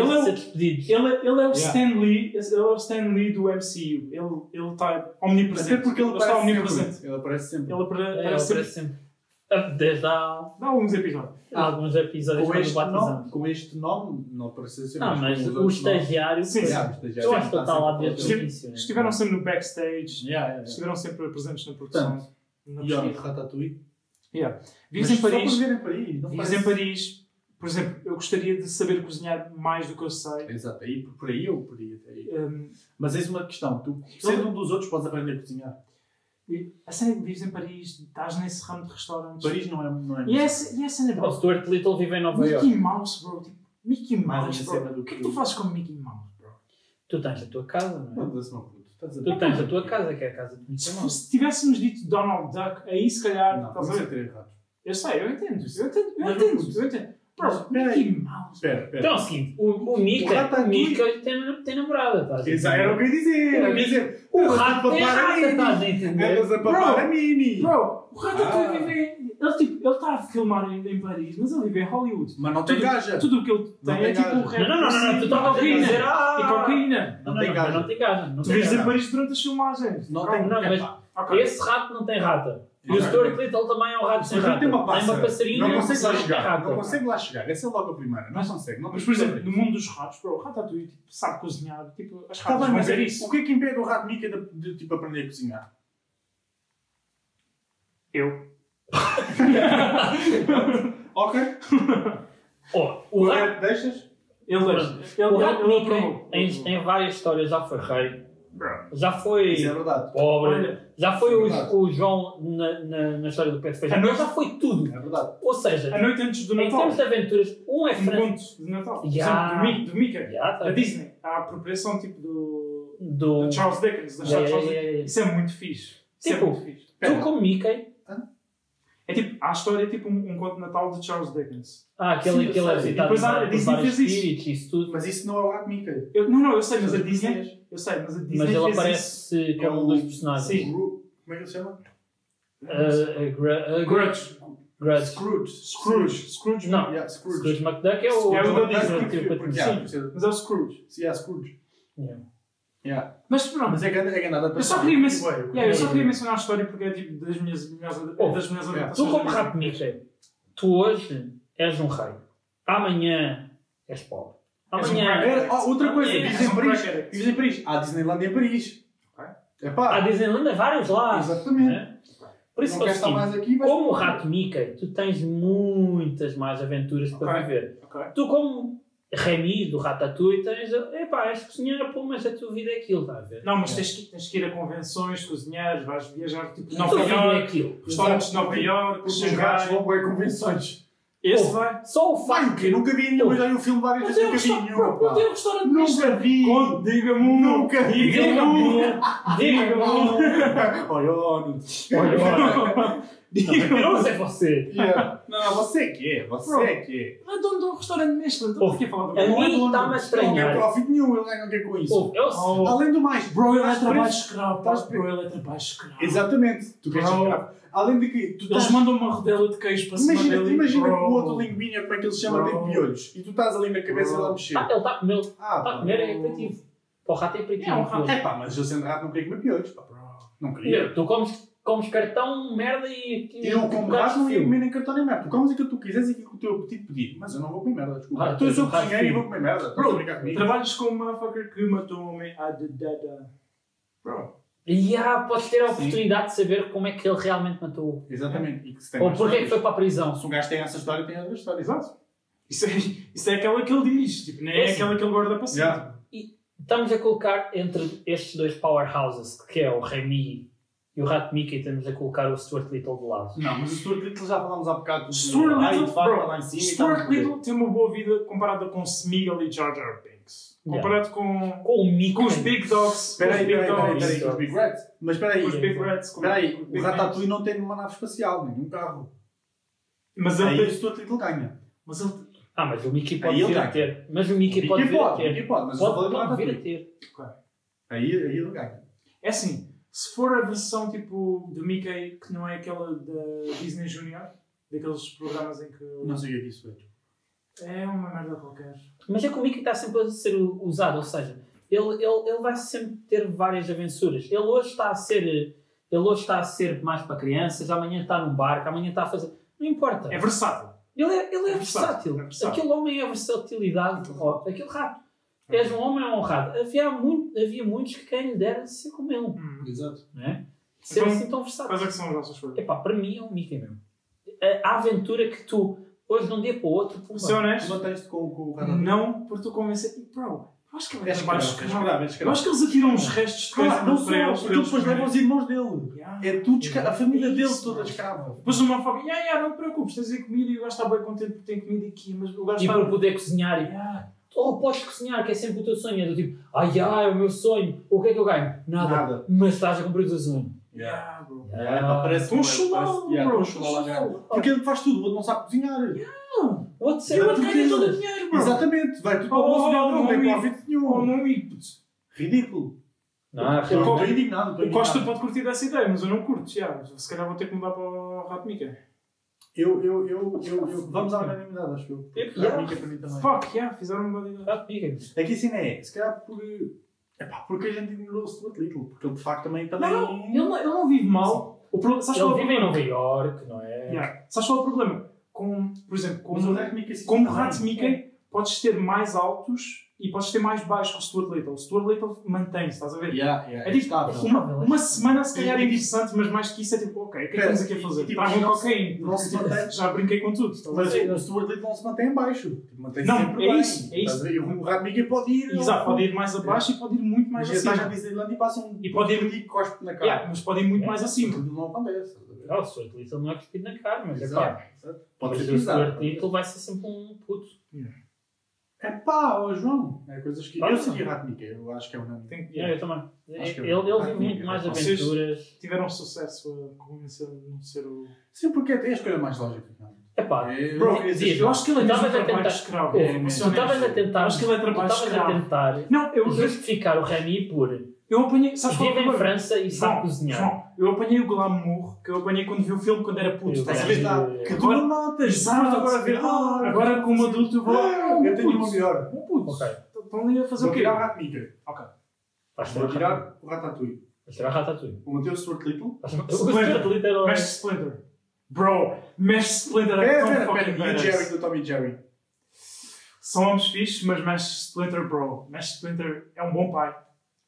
A: Ele é
B: de
A: o-
B: ser despedidos.
A: Ele, ele é o
C: Yeah.
A: Stan Lee, ele é o Stan Lee do MCU. Ele ele está omnipresente.
C: Até porque ele
A: está
C: aparece
A: omnipresente.
C: sempre. Ele aparece sempre.
A: Ele apare-
B: É, ele
A: aparece sempre.
B: parece sempre. Desde há
A: Dá alguns episódios.
B: alguns episódios
C: Com
B: quando
C: este,
B: o
C: nome,
B: batizamos.
C: com este nome, não apareceu sempre.
B: Não, mas o estagiário.
A: Sim, sim.
B: Eu acho que ele está lá desde o
A: Estive-
B: início. né?
A: Estiveram sempre no backstage,
C: desde.
A: estiveram sempre presentes na produção. Na
C: E olha,
A: pesquisa.
C: Ratatouille.
A: Vives
C: Mas
A: em Paris,
C: Só por viver em Paris. não
A: vives
C: parece-
A: em Paris. Por exemplo, eu gostaria de saber cozinhar mais do que eu sei.
C: Exato, aí, por aí eu podia até aí.
A: Hum,
C: Mas eis uma questão: tu, sendo um dos outros, podes aprender a cozinhar.
A: e- a cena é que vives em Paris, estás nesse ramo de restaurantes.
C: Paris não é. Não é
A: E
B: assim-
A: essa e a cena é
B: O Stuart Little vive em Nova York.
A: Mickey Mouse, bro. Tipo, Mickey
C: Mas
A: Mouse,
C: a
A: bro.
C: cena do
A: O que é
C: que-
A: que tu fazes com Mickey Mouse, bro?
B: Tu tens a tua casa, não é?
C: Não, desse meu puto, estás a
B: Tu tens a tua casa, que é a casa de Mickey
A: Se,
B: Mouse.
A: se tivéssemos dito Donald Duck, aí se
B: Tá
A: calhar.
C: Não,
A: estás a
C: vamos
A: ver?
C: a ter errado.
A: Eu sei, eu entendo. Eu entendo, eu
C: Mas
A: entendo.
C: vamos-
A: Eu entendo.
C: Mas
A: Bro,
C: espera
A: Mickey Mouse.
C: Espera, espera.
B: Então é o seguinte, o, o Mika,
C: O rato
B: o
C: aqui-
B: Mika tem, tem namorada, estás a
C: Exato, era o que eu ia dizer. era o que eu ia dizer.
B: Então,
C: tipo,
B: O
C: Andas a
B: rato
C: <laughs>
B: tem
C: papar a
B: rata, tá,
C: Mini.
B: estás a entender?
C: Andas a papar a mini.
A: Bro, o Ratatouille
C: Ah.
A: vive em. Ele tipo, ele está a filmar em, em Paris, mas ele vive em Hollywood.
C: Mas não tem
A: Tudo-
C: gaja.
A: Tudo o que ele tem, é
C: tem
A: tipo um
C: gajo.
B: Não,
A: rap
B: não, não, não, não, tu
A: assim,
B: estavas a dizer,
A: cocaína.
B: ah!
A: E cocaína.
B: Não,
C: É, Não tem
B: não,
C: gajo.
B: não tem gajo, não
A: Tu
B: tem
A: vives em
B: gajo.
A: Paris durante as filmagens.
C: Não
A: Bro,
C: tem
B: não, mas-
C: epá.
A: ok.
B: Esse rato não tem rata. E o
C: Ok.
B: Stuart Little também é um rato sem
C: Mas não
B: rata.
C: tem uma
B: Tem
C: pássara.
B: uma passarinha
C: não
B: e
C: consegue lá
B: não tem
C: chegar. Não
B: rata.
C: consegue lá chegar. Essa é logo a primeira. Não consegue. Não
A: Mas, por exemplo, no
C: consegue.
A: mundo dos ratos, bro, o Ratatouille tipo, sabe cozinhar. Tipo,
B: Tá
A: as
C: Está
A: ratas
C: bem,
A: vão
C: mas
A: ver
C: é
A: isso.
C: isso. O que é que impede o rato Mickey de, de, tipo, aprender a cozinhar?
A: Eu.
C: Ok.
B: Oh,
C: O
B: o rato,
C: rato deixas?
A: Ele
C: é
A: deixa. Ele,
B: o
A: ele,
B: rato é
A: ele
B: Mika
A: aprovou.
B: em, em várias histórias já foi rei,
A: Bro.
B: já foi...
C: Isso é verdade.
B: pobre.
A: Olha,
B: já foi o,
C: verdade.
B: o João na, na, na história do pé de feijão.
A: A
B: Ele
A: noite-
B: já foi tudo.
C: É verdade.
B: Ou seja,
A: A noite antes do
B: em
A: Natal.
B: termos de aventuras, um é
A: Um
B: francês.
A: conto de Natal. Por
B: Yeah.
A: exemplo, do Mi- do Mickey.
B: Já, tá.
A: A Disney. Há a apropriação tipo do.
B: Do...
A: do Charles Dickens. Da
B: Yeah,
A: Charles
B: yeah,
A: Dickens.
B: yeah, yeah.
A: Isso é muito fixe. Isso
B: Tipo-
A: é muito fixe.
B: Tu com Mickey.
A: É tipo, há a história tipo um, um conto de Natal de Charles Dickens.
B: Ah, aquele,
C: Sim,
B: aquele é
C: sim.
B: visitado
A: Depois há-
B: por
A: a Disney
B: vários
A: fez isso.
B: espíritos e isso tudo.
C: Mas isso não é o rato Mickey.
A: Eu, não, não, eu sei, mas a
C: Mas
A: Disney.
C: depois-
A: Eu sei, mas a Disney.
B: Mas ele
A: fez
B: aparece
C: É
B: como
C: o-
B: um dos personagens.
A: Sim.
C: Gru- Como é que ele se chama?
B: Uh, uh, Gru- uh,
A: Isso. Grudge.
B: Grudge.
C: Scrooge.
A: Scrooge. Scrooge.
B: Não.
C: Yeah, Scrooge.
B: Scrooge McDuck é o. tipo,
A: É o da
B: Scrooge
A: Disney,
B: McDuck,
C: Porque,
B: Sim.
C: yeah,
A: Mas é o Scrooge.
C: yeah, Scrooge.
B: Yeah.
C: Yeah.
A: Mas pronto,
C: Mas é grande, é grande adaptação.
A: Eu só queria men-
C: Tipo, é,
A: yeah, eu só queria mencionar a história porque é tipo das minhas melhores
B: Oh,
A: das minhas
C: yeah.
B: Tu, como rato Mickey, tu hoje és um rei. Amanhã és pobre.
A: És um
B: Amanhã.
A: crack.
C: É, ó, outra coisa,
B: Yeah.
C: vives em Paris.
A: Yeah.
C: Vives em Paris. Há
B: é
C: Disneyland em Paris.
A: Ok.
C: É
B: Há
C: pá.
B: Disneyland há vários lá.
C: Exatamente.
B: né? Por isso
C: não
B: que é o
C: queres estar
B: seguinte,
C: mais aqui, vais
B: como o rato Mickey, tu tens muitas mais aventuras para
A: Ok.
B: viver.
A: Ok.
B: Tu, como Remy do Ratatouille, tens. Epá, és cozinheira, pô, mas a tua vida é aquilo, está a ver?
A: Não, mas tens que, tens que ir a convenções, cozinheiros, vais viajar tipo
B: a
A: Nova
B: tua vida é
A: York,
B: aquilo.
A: restaurantes de Nova York,
C: Porque os gatos
A: Xangai.
C: vão bué convenções.
A: Esse
B: Oh.
A: vai.
B: Só o
C: Vai
B: facto.
C: o quê? Nunca vi nenhuma. Já vi o filme várias
B: Mas
C: vezes.
B: eu
C: Nunca vi nenhuma,
A: um
B: restaurante.
C: pá.
B: Eu restaurante.
C: Nunca vi.
A: Diga-me um.
C: Nunca vi.
A: Diga-me um.
B: Diga-me
C: <laughs>
B: um.
C: Olha, olha.
A: um.
B: Eu não sei você.
C: Yeah. Não, você que é, você é que
A: Não é dono de um restaurante Michelin, estou
B: Oh.
A: aqui a falar do
B: A
C: é.
A: meu.
B: mim
C: dono.
B: está-me a
C: Não
B: estranhar.
C: tem profit nenhum, ele ganha o que é com isso.
B: Pô, eu sei.
A: Oh.
C: Além do mais, bro,
A: Ele é trabalho
C: preço.
A: escravo,
C: Estás
A: pá.
C: preso.
A: Bro, ele é trabalho escravo.
C: Exatamente, tu queres
A: Bro.
C: escravo. Além de que tu estás.
A: Eles mandam uma rodela de queijo para cima
C: Tá. Imagina,
A: dele.
C: imagina que
A: Bro.
C: o outro linguinha, como é que ele se chama,
A: Bro.
C: tem piolhos. E tu estás ali na cabeça
A: Bro.
C: dele a mexer.
B: Tá, ele está a comer. Está
C: Ah,
B: a comer, é aperitivo. Para o rato é aperitivo.
A: É um rato.
B: pô.
C: É pá, mas eu sendo rato não queria comer piolhos, pá.
A: Bro.
C: Não queria.
B: Meu, Tu comes, comes cartão, merda e. e-
C: Eu, como
B: um gato
C: gato, não ia
B: fio.
C: comer nem cartão nem merda. Tu comes aquilo que tu quiseres e aquilo que o teu apetite pedir. Mas eu não vou comer merda, desculpa.
B: Ah,
C: então eu
B: tu
C: sou
B: és um rato
C: cozinheiro e
B: fio.
C: vou comer merda. Estás a
A: Bro,
C: brincar comigo?
A: Trabalhas com um motherfucker que matou um homem à dedada. Bro.
B: E ah, podes ter a
C: Sim.
B: oportunidade de saber como é que ele realmente matou.
C: Exatamente. E que se tem
B: Ou
C: mais
B: porque é que foi
C: histórias.
B: para a prisão.
C: Se um gajo tem essa história, tem outra história.
A: Exato. Isso é, isso é aquela que ele diz, tipo, nem é,
B: É assim.
A: aquela que ele guarda para si.
C: Yeah.
B: Estamos a colocar entre estes dois powerhouses, que é o Remy e o Rato Mickey, estamos a colocar o Stuart Little de lado.
C: Não, mas o Stuart Little já falámos há bocado.
A: Stuart
C: Ah, e
A: Little,
C: de facto,
A: bro,
C: está lá em cima e
A: Stuart
C: está muito
A: Little tem uma boa vida comparada com Smeagol e Jar Jar Binks.
B: Yeah.
A: Comparado com,
B: Com o Mickey.
A: com os Big Dogs.
C: Espera aí,
A: com os Big Dogs,
C: espera aí, espera aí, espera aí, os Big Rats. Mas espera
A: Com os
C: aí,
A: Big Rats. com-
C: espera aí,
A: com os
C: o tá
A: Big
C: Ratatouille não tem nenhuma nave espacial, nenhum carro.
A: Rats. Mas ele
C: Aí
A: tem-
C: o Stuart Little ganha.
A: Mas ele.
B: Ah, mas o Mickey pode
C: Aí ele
B: vir a
C: ganha.
B: ter. Mas o Mickey
C: Mickey
B: pode vir a
C: pode,
B: ter.
C: Mickey pode, mas eu
B: Pode
C: falei do
B: pode vir a
C: Ratatouille.
B: ter.
C: Aí aí ele ganha.
A: É assim, se for a versão tipo do Mickey, que não é aquela da Disney Junior, daqueles programas em que.
C: Não sei o que é que isso é.
A: É uma merda qualquer.
B: Mas é que o Mickey está sempre a ser u- usado, ou seja, ele, ele, ele vai sempre ter várias aventuras. Ele hoje está a ser. Ele hoje está a ser mais para crianças, amanhã está num barco, amanhã está a fazer. Não importa.
A: É versátil.
B: Ele é, ele é
A: É versátil,
B: versátil.
A: é versátil.
B: Aquele homem é a versatilidade. ó, Aquele rato. És um homem ou um rato. Havia, muito, havia muitos que quem lhe dera ser como ele.
A: Hum.
C: Exato.
B: Não é? Ser
A: Então,
B: assim tão
A: Quais é
B: versátil.
A: que são as nossas coisas?
B: Epá, para mim é um Mickey mesmo. A- A aventura que tu, hoje de um dia para o outro, pumba.
A: Ser
C: Tu
A: honesto?
C: mantens-te um com com o Ratatouille. um
A: Não, porque tu convences. E, Bro, eu acho que ele é
C: És
A: trabalho
C: escravo,
A: escravo.
C: és escravo, és
A: Eu
C: escravo.
A: acho que eles atiram os restos de coisa
C: Claro, não
A: para
C: só,
A: eles.
C: porque
A: para eles
C: depois
A: comerem.
C: levam os irmãos dele.
A: Yeah.
C: É tudo escravo, a família dele
A: Isso,
C: toda
A: mano.
C: escrava.
A: Depois o motherfucker, yeah, yeah, não te preocupes, tens aí comida e o gajo está bem contente porque tem comida aqui, mas o gajo
B: E
A: está.
B: para poder cozinhar. E,
A: Yeah.
B: oh, podes cozinhar, que é sempre o teu sonho. É do tipo, ai, ai, é o meu sonho. O que é que eu ganho? Nada.
C: Nada.
B: Mas estás a cumprir o teu sonho.
A: Yeah, bro.
C: É, pá, parece
A: Um
C: parece-
A: chulão,
C: yeah,
A: bro,
C: um chulão
A: um
C: lá
B: Ah,
A: chulão.
C: dentro. Porque ele faz tudo, o outro não sabe cozinhar.
B: Vou
A: E
B: te oh, ser
A: o
B: uma
A: outro ganha todo o
B: todas.
A: dinheiro, bro.
C: Exatamente, vai tudo para o
A: Oh,
C: bolso dele, não
A: não
C: tem
A: me-
C: profit
A: Ou
C: nenhum.
A: não ia, Oh, puto.
C: Ridículo.
B: Não, é
C: Eu
A: Co-
C: estou indignado. estou
A: O Costa
C: indignado.
A: pode curtir dessa ideia, mas eu não curto. já. Se calhar vou ter que mudar para o Rato Mica.
C: Eu, eu, eu, eu, eu- Vamos à unanimidade, acho eu.
B: Eu-
C: A minha para mim também.
A: Fuck, yeah, fizeram uma boa ideia.
B: Rato Ah, Mickey.
C: Aqui sim é, se calhar por. Epá, porque a gente ignorou o Stuart Little, porque ele de facto também. também...
A: Não, não, ele não, ele não vive mal. O pro... sabes, qual
B: Ele
A: é o
B: vive em
A: problema?
B: Nova York, não é?
A: Yeah. sabes qual é o problema? Com, por exemplo, com
C: Mas é o Rat Mickey sim
A: Como
C: também.
A: Rat Mickey, podes ter mais altos e podes ter mais baixos que o Stuart Little. O Stuart Little mantém-se, estás a ver?
C: Yeah, yeah,
A: É tipo,
C: estável.
A: uma,
B: estável, é
A: uma semana se calhar é
C: E-
A: interessante, mas mais que isso é tipo, ok, o que é que
C: Espera,
A: estamos aqui a
C: e-
A: fazer?
C: e tipo,
A: Traga um
C: não se-
A: cocaína.
C: não se mantém.
A: Já brinquei com tudo. estás a
C: Mas
A: ver?
C: o Stuart Little não se mantém em baixo. Mantém
A: Não,
C: Tipo, sempre
A: é
C: bem.
A: isso, é
C: Estás a ver? E o Rat Mickey pode ir.
A: Exato, pode ir mais abaixo e pode ir muito mais
C: Mas estás na
A: acima.
C: Disneyland e passa um.
A: E pode ir-
C: e cospe na cara.
A: Yeah, mas pode ir muito
B: É.
A: mais
C: Sim,
A: acima.
C: porque não acontece. estás a ver?
B: Ah, o Stuart Little não é cuspido na cara, mas é
C: Exato,
B: pá.
C: exato.
B: Mas
C: Pode ser
B: o Stuart
C: utilizado.
B: Little um vai ser sempre um puto.
C: É pá, ó João. É coisas que.
B: Pá.
C: Eu segui Rat Mickey, eu acho que é unânime.
A: Tem que- Ah,
B: É, Eu também.
C: Acho que
B: Ele,
C: é
B: ele
C: Rato
B: vive
C: Mickey,
B: muito mais
C: Rato
A: Mickey.
B: aventuras.
A: Tiveram sucesso a convencer de não ser o.
C: Sim, porque é a escolha mais lógica. não é?
B: É pá.
C: É,
A: Bro,
C: eu-
B: diz,
A: Eu acho que ele é
B: Estavas
A: mesmo
B: a
A: trabalho
B: tentar-
A: escravo.
B: Ouve,
A: é, mas
B: Tu
A: honesto.
B: estavas a tentar.
A: Acho que ele é trabalho
B: tu estavas a
A: escravo.
B: tentar
A: Não, eu, eu,
B: justificar o Remy por vive
A: eu apanhei. Sabes qual é o
B: em
A: problema?
B: França e
A: João,
B: sabe cozinhar.
A: João, eu apanhei o glamour que eu apanhei quando vi o filme quando era puto.
B: Eu
A: Estás a
C: Aí
A: ver?
B: também.
C: está. Que tu não notas.
A: Exato, agora a ver. ah, agora como adulto eu vou.
C: Eu tenho uma melhor.
A: Um puto.
B: Ok.
A: Estão ali a fazer o quê?
C: Vou virar Rat Mickey.
A: Ok.
B: Vais
C: Vou
B: tirar
C: tirar o Ratatouille.
B: vais tirar a Ratatouille.
C: Vou manter o Stuart Little.
A: <laughs>
B: Vais- O
A: Splinter.
B: Stuart Little é-
A: Mesh Splinter. Bro, Mesh Splinter é
C: Pera,
A: tão
C: pera,
A: fucking
C: pera. E o
A: badass.
C: Jerry do Tommy Jerry.
A: São ambos fixes, mas Mesh Splinter, bro. Mesh Splinter é um bom pai.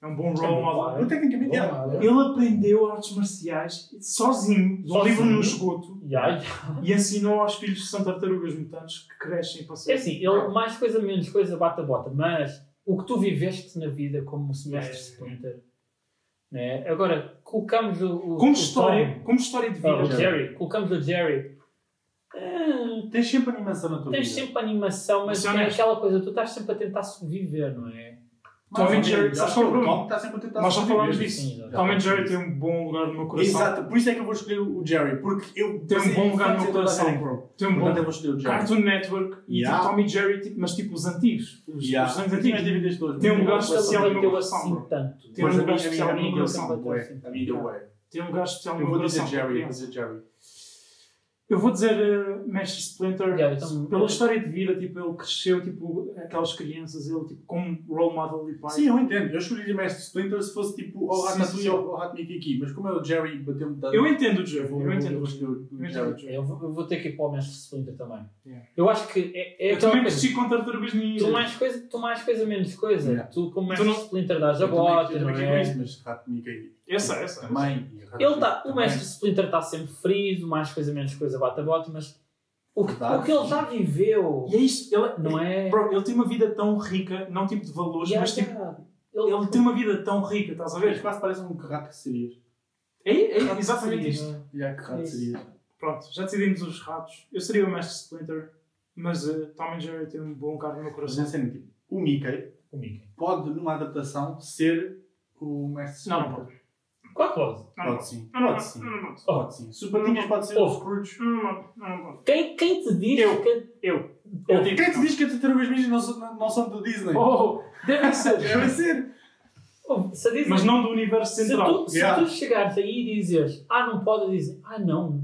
A: É um bom
B: É um
A: role
B: bom
A: model.
B: pai.
C: Eu tecnicamente é.
B: Bom,
A: Ele aprendeu artes marciais sozinho, de um
B: Sozinho?
A: livro no esgoto,
B: yeah,
A: e ensinou aos filhos que são tartarugas mutantes que crescem para ser.
B: É assim, ele mais coisa menos coisa bate a bota, mas o que tu viveste na vida como o semestre
A: É.
B: Splinter. Né? Agora, colocamos o. o
A: Como
B: o
A: história, como história de
B: Tom, ah, o
A: vida.
C: Jerry.
B: Jerry, colocamos o Jerry. Ah,
C: Tens sempre animação na tua
B: tens
C: vida.
B: sempre animação, mas
A: Isso é
B: é
A: honesto.
B: aquela coisa, tu estás sempre a tentar sobreviver, não é?
C: Mais
A: Tom
C: ou
A: and Jerry,
C: menos.
A: sabes
C: Acho que
A: qual é o
C: o
A: problema?
C: Tom está sempre a tentar
A: Nós já
C: sobreviver.
A: falámos disso.
B: Sim,
A: Tom and Jerry tem um bom lugar no meu coração.
C: Exato, por isso é que eu vou escolher o Jerry, porque eu
A: Tem um bom lugar no meu coração.
C: bro.
A: Tem um
C: Portanto, eu
A: bom
C: vou escolher o Jerry.
A: Cartoon Network e
C: Yeah.
A: tipo, Tom e Jerry, tipo, mas tipo os antigos. Os,
C: Yeah.
A: os
C: Eu
A: anos
C: tenho as
A: antigos.
C: dívidas todas,
A: Tem um
C: mas eu
A: gajo
C: gosto
A: especial
C: assim.
A: no
B: não
A: meu
B: bateu
A: coração,
B: assim
A: bro.
B: tanto.
A: Tem um
C: Mas a
A: lugar
C: minha- a minha-
A: especial
C: a
A: no meu
C: minha
A: coração.
B: coração.
C: ué, a minha
A: Yeah.
C: ué.
A: Tem um lugar especial no
C: Eu
A: meu
C: vou
A: coração.
C: dizer Jerry, vou
A: criança.
C: dizer Jerry.
A: Eu vou dizer eh, Mestre Splinter
B: Yeah, então-
A: pela história de vida, tipo, ele cresceu, tipo, aquelas crianças, ele tipo, como role model e pai.
C: Sim, eu entendo. Eu escolheria Mestre Splinter se fosse tipo o
A: Sim, sim.
C: Ratatouille ou o Ratnik aqui, mas como é o Jerry bateu-me tanto.
A: Eu entendo o Jerry,
C: eu vou-
A: eu entendo
C: eu
A: o
C: vou
A: Jerry.
C: escolher o
A: Eu
C: o
A: entendo o
C: Jerry.
A: Jerry.
B: Eu vou, eu vou ter que ir para o mestre Splinter também.
A: Yeah.
B: Eu acho que é, é
A: Eu
B: aquela
A: também
B: coisa.
A: cresci com tartarugas ninja.
B: Tu mais coisa, tu mais coisa menos coisa.
C: Yeah.
B: Tu como
A: Tu
B: mestre
A: não-
B: Splinter dás a
C: Eu também-
B: bota,
C: eu
B: não
C: também
B: é?
C: queria isso, mas Ratnik aí.
A: Essa, essa.
C: Também.
B: Ele tá, o mestre Splinter está sempre ferido, mais coisa menos coisa bate a bota, mas o que,
C: Verdade.
B: o que ele já viveu,
A: E é isso, ele,
B: não é?
A: Bro, ele tem uma vida tão rica, não tipo de valores,
B: Yeah,
A: mas tipo,
B: yeah.
A: ele tem uma vida tão rica, estás a
C: Talvez
A: ver?
C: quase pareça um que rato que serias.
A: É, é exatamente isto.
C: Já que rato
B: Isso.
C: serias.
A: Pronto, já decidimos os ratos. Eu seria o Mestre Splinter, mas eh, Tom and Jerry tem um bom lugar no meu
C: Mas
A: coração.
C: não sei, tipo, o Mickey
B: O Mickey.
C: pode, numa adaptação, ser o mestre
A: Não, não
C: Splinter.
B: Qual pose?
A: Não, não
C: Pode sim.
A: Não, não, não,
C: Pode sim.
A: não, não, não.
B: Oh,
C: Pode sim. Supertinhas pode ser
B: Oh.
C: o Scrooge.
A: Não, não, não, não.
B: quem, quem te diz
A: Eu.
B: que.
A: Eu.
B: Eu
A: digo
C: Quem te
A: não.
C: diz que as tartarugas ninjas não são- não são do Disney? É
A: Oh, devem ser.
C: <laughs> Deve ser.
B: Oh, se dizem-
A: mas não do universo
B: se,
A: central.
B: tu, se
C: Yeah.
B: tu chegares aí e dizes, ah, não pode, dizem, ah, não.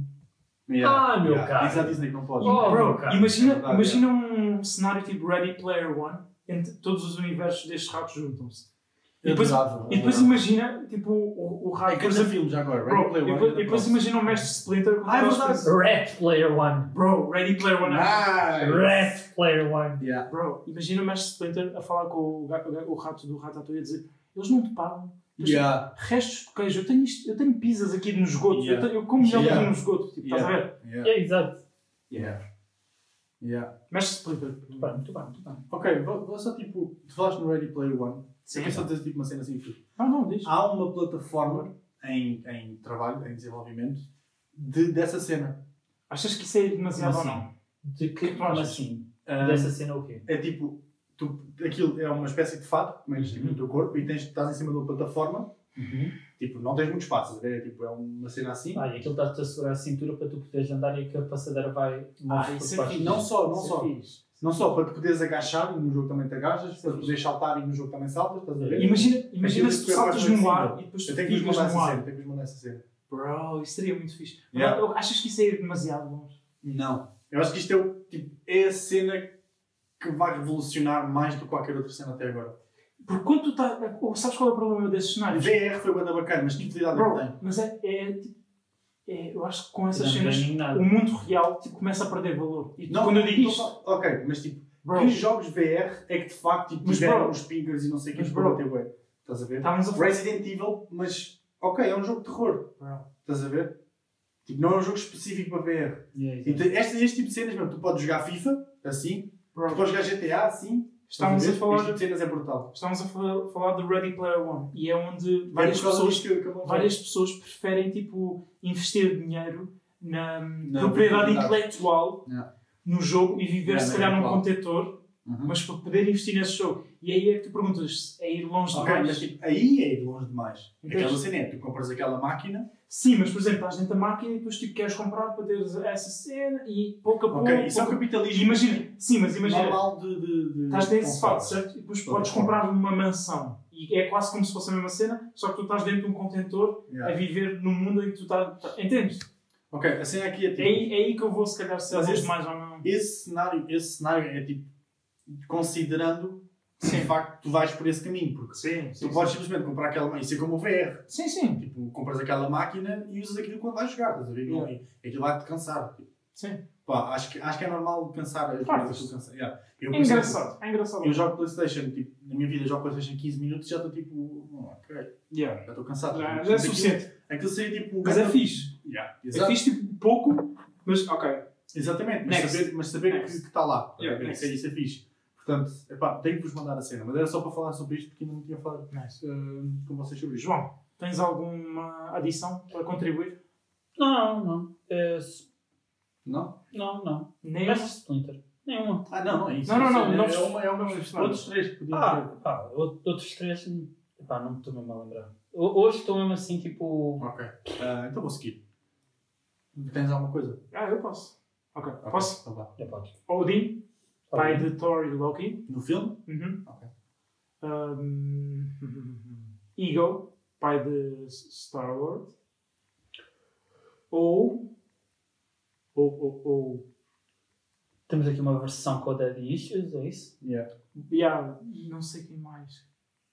B: Ah, meu caro.
C: Diz à Disney que não pode.
B: Oh,
A: Bro,
B: cara.
A: imagina,
C: É verdade,
A: imagina um cenário tipo Ready Player One, em que todos os universos destes ratos juntam-se. E depois, e depois imagina, tipo, o, o raio,
C: É
A: por exemplo,
C: filme já agora.
A: Bro, e depois, e depois imagina o Mestre Splinter com
C: é Ah, é
A: todas as
C: verdade. Ah,
A: pessoas-
B: Rat Player One.
A: Bro, Ready Player One. é
B: Rat Player One.
C: Yeah.
A: Bro, imagina o Mestre Splinter a falar com o, ga- o ga- o rato do Ratatouille a dizer eles não te pagam. Mas,
C: Yeah.
A: Restos de queijo, eu tenho, isto, eu tenho pizzas aqui no esgoto,
C: Yeah.
A: eu, tenho, eu como melhor
C: Yeah.
A: que no esgoto. Tipo, Estás a ver?
C: Yeah.
B: É, exato.
C: Yeah. Yeah.
A: Mestre Splinter.
B: Muito bem, muito bem, muito bem.
C: Ok, vou, vou só tipo. Tu falaste no Ready Player One.
A: Sim.
C: Eu quero só dizer tipo uma cena assim. tipo,
A: Ah, não, diz.
C: Há uma plataforma em, em trabalho, em desenvolvimento, de, dessa cena.
A: Achas que isso é demasiado
B: Como
A: ou
B: assim?
A: não?
B: De que
A: tu achas?
B: forma assim?
C: Ah,
B: Dessa cena o quê?
C: é tipo, tu, aquilo é uma espécie de fato que metes tipo,
A: Uhum.
C: no teu corpo e tens, estás em cima de uma plataforma, tipo, não tens muito espaço, estás a ver? é, tipo, é uma cena assim.
B: Ah, e aquilo está-te a segurar a cintura para tu poderes andar e que a passadeira vai move-se
A: isso
B: por
A: é
B: baixo.
A: fixe.
C: não só, não
B: Isso é
C: só.
B: fixe.
C: Não só para te poderes agachar, e no jogo também te agachas, para te poderes saltar e no jogo também saltas, estás a ver?
A: Imagina, imagina
C: Aquilo
A: se tu
C: que eu
A: saltas
C: acho
A: no
C: assim,
A: ar e depois tu
C: Eu tenho que vos
A: ficas
C: mandar essa
A: no
C: cena,
A: ar.
C: tenho que vos mandar essa cena.
A: Bro, isso seria muito fixe.
C: Yeah.
A: Mas, Achas que isso é demasiado longe?
C: Não. Eu acho que isto é, o- tipo, é a cena que vai revolucionar mais do que qualquer outra cena até agora.
A: Porque quando tu estás. Sabes qual é o problema desses cenários?
C: VR foi banda bacana, mas que utilidade é que tem?
A: Bro, mas é, é, tipo, é- Eu acho que com
B: Não
A: essas
B: tem
A: cenas
B: nem nada.
A: o mundo real tipo, começa a perder valor. E quando eu digo
C: não,
A: isto,
C: não, Ok, mas tipo,
A: bro,
C: que jogos VR é que de facto tipo,
A: Mas,
C: tiveram
A: bro,
C: os pingers e não sei o que,
A: mas,
C: para
A: bro,
C: bater bué? Estás a ver?
A: estávamos a falar.
C: Resident Evil, mas ok, é um jogo de terror.
A: Bro,
C: Estás a ver? Tipo, não é um jogo específico para VR.
B: Yeah,
C: E
B: exato.
C: te- este, este tipo de cenas, mesmo, tu podes jogar FIFA, assim, tu
A: bro,
C: podes jogar GTA, assim. estás
A: estávamos a
C: ver? Este
A: falar.
C: tipo de cenas é brutal.
A: Estamos a fa- falar do Ready Player One e é onde várias
C: Várias é por causa
A: pessoas,
C: disto que eu acabo de
A: várias pessoas preferem tipo, investir dinheiro na,
C: Na
A: propriedade
C: propriedade.
A: intelectual
C: Yeah.
A: no jogo e viver
C: Yeah,
A: se
C: na
A: calhar num
C: virtual.
A: contetor,
C: falar. Uhum.
A: mas para poder investir nesse jogo. E aí é que tu perguntas, é ir longe
C: Ok,
A: demais?
C: mas tipo, aí é ir longe demais.
A: Entendes?
C: Aquela cena é, tu compras aquela máquina,
A: Sim, mas por exemplo, estás dentro da máquina e depois tipo, queres comprar para teres essa cena e pouco a pouco.
C: ok, isso é um
A: pouco-
C: capitalismo
A: Imagina, sim, mas imagina,
C: normal de... de, de
A: estás dentro desse fato,
C: conforto.
A: certo? E depois
C: Conforto.
A: podes comprar uma mansão. E é quase como se fosse a mesma cena, só que tu estás dentro de um contentor
C: Yeah.
A: a viver num mundo em que tu estás. Entendes?
C: Ok, a cena aqui é
A: É
C: tipo.
A: aí, é aí que eu vou, se calhar, ser
C: Mas
A: longe
C: esse-
A: mais ou não.
C: Esse cenário, esse cenário é tipo. Considerando de facto tu vais por esse caminho, porque
A: Sim, sim.
C: tu podes simplesmente comprar aquela máquina, isso é como o VR,
A: Sim, sim.
C: tipo, compras aquela máquina e usas aquilo quando vais jogar, estás a ver? Não- Aquilo vai-te cansar, tipo.
A: Sim.
C: Pá, acho que, acho que é normal cansar, as
A: Fartas.
C: coisas, tu cansa- yeah. Eu,
A: É
C: por exemplo,
A: engraçado. É engraçado.
C: Eu jogo Playstation, tipo, na minha vida eu jogo Playstation 15 minutos e já estou tipo, "Oh, ok,
A: Yeah.
C: já estou cansado.
A: Já,
C: Tipo,
A: já é
C: aquilo-
A: suficiente.
C: Aquilo seria tipo um
A: Mas é fixe.
C: Yeah,
A: É
C: exato.
A: fixe tipo pouco, mas ok.
C: Exatamente, mas
A: Next.
C: saber, mas saber que-
A: Next.
C: que está lá.
A: Yeah,
C: Tá bem?
A: next.
C: isso, é, isso é fixe. Portanto, epá, tenho que vos mandar a cena, mas era só para falar sobre isto porque ainda não tinha falado
A: Nice.
C: eh, com vocês sobre isto.
A: João, tens alguma adição para contribuir?
B: Não, não, não. É, s-
C: Não?
B: não, não.
A: Nem
B: Mestre Splinter. Nenhuma.
C: Ah, não, não é isso.
A: Não, não,
C: Isso
A: não,
C: É,
A: não-
C: é uma, é uma Outros três que podiam
B: Ah,
C: ter.
B: pá, out- outros três. Pá, não me estou mesmo a lembrar. Ho- Hoje estou mesmo assim, tipo.
C: Ok. Ah, então vou seguir. Tens alguma coisa?
A: Ah, eu posso. Ok,
C: Ok,
A: posso?
C: então vá.
B: Já podes.
A: Odin, pai de Thor e Loki.
C: No filme?
A: Uhum.
C: Ok.
A: Um, <laughs> Ego, pai de Star-Lord. Ou... Ou, ou, ou...
B: Temos aqui uma versão com o Daddy Issues, é isso?
C: Yeah.
A: Yeah, não sei quem mais.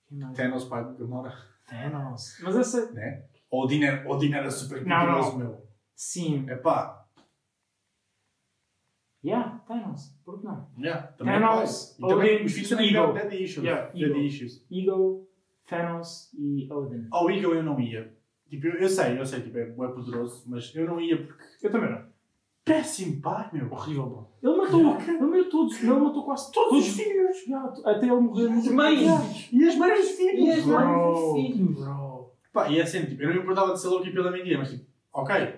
A: Quem mais?
C: Thanos, pai de Gamora.
A: Thanos. Mas essa...
C: Né? Odin era, Odin era é super
A: Não, não.
C: poderoso, meu.
A: Sim.
C: Epá.
A: Yeah, Thanos. Por que não?
C: Yeah,
A: Thanos,
C: pode. E também,
A: Odin,
C: os filhos também tiveram
A: Eagle.
C: Daddy Issues.
A: Yeah,
C: Daddy
A: Eagle.
C: Issues.
A: Ego, Thanos e Odin.
C: Ao Eagle eu não ia. Tipo, eu, eu sei, eu sei, tipo, é, é poderoso, mas eu não ia porque.
A: Eu também não.
C: Péssimo pai, meu!
A: Horrível, pô. Ele matou, ele matou todos, ele matou quase todos os filhos. Já, até ele morrer.
B: Mães!
C: E as mães dos
B: E as
C: filhos!
A: Bro.
B: mães e filhos!
A: Bro.
C: Pá, e é assim, tipo, eu não me importava de ser louco e pela mentira, mas tipo, ok.
B: Há um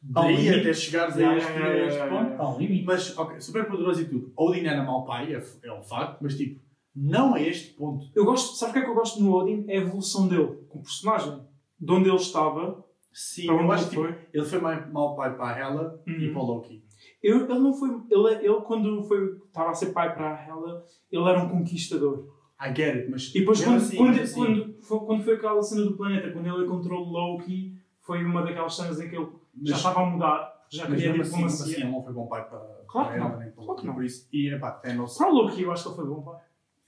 C: Daí
B: limite.
C: até chegares a
A: Yeah,
C: este,
A: yeah, yeah,
C: a este
A: yeah,
C: ponto.
A: yeah.
B: Há um limite.
C: Mas, ok, super poderoso e tudo. Odin era mau pai, é, f- é um facto, mas tipo, não a este ponto.
A: Eu gosto, sabes o que é que eu gosto no Odin? É a evolução dele, como personagem. De onde ele estava,
C: Sim,
A: para
C: eu
A: onde
C: acho
A: ele
C: que tipo,
A: foi.
C: ele foi mai- mau pai para a Hela e
A: Uhum.
C: para o Loki.
A: Eu, ele não foi. Ele, ele quando foi, estava a ser pai para a Hela, ele era um conquistador.
C: I get it, mas.
A: E depois,
C: mesmo
A: quando,
C: assim,
A: quando,
C: mesmo assim,
A: quando, foi, quando foi aquela cena do planeta, quando ele encontrou o Loki, foi uma daquelas cenas em que ele já
C: mas-
A: estava a mudar, já
C: Mas
A: queria
C: mesmo assim, mesmo
A: diplomacia.
C: assim, ele não foi bom pai para
A: Claro
C: para
A: que
C: ela,
A: não.
C: nem para
A: Claro
C: o
A: que
C: Loki,
A: não.
C: Por isso, e é, epá, Thanos,
A: Para o Loki, eu acho que ele foi bom pai.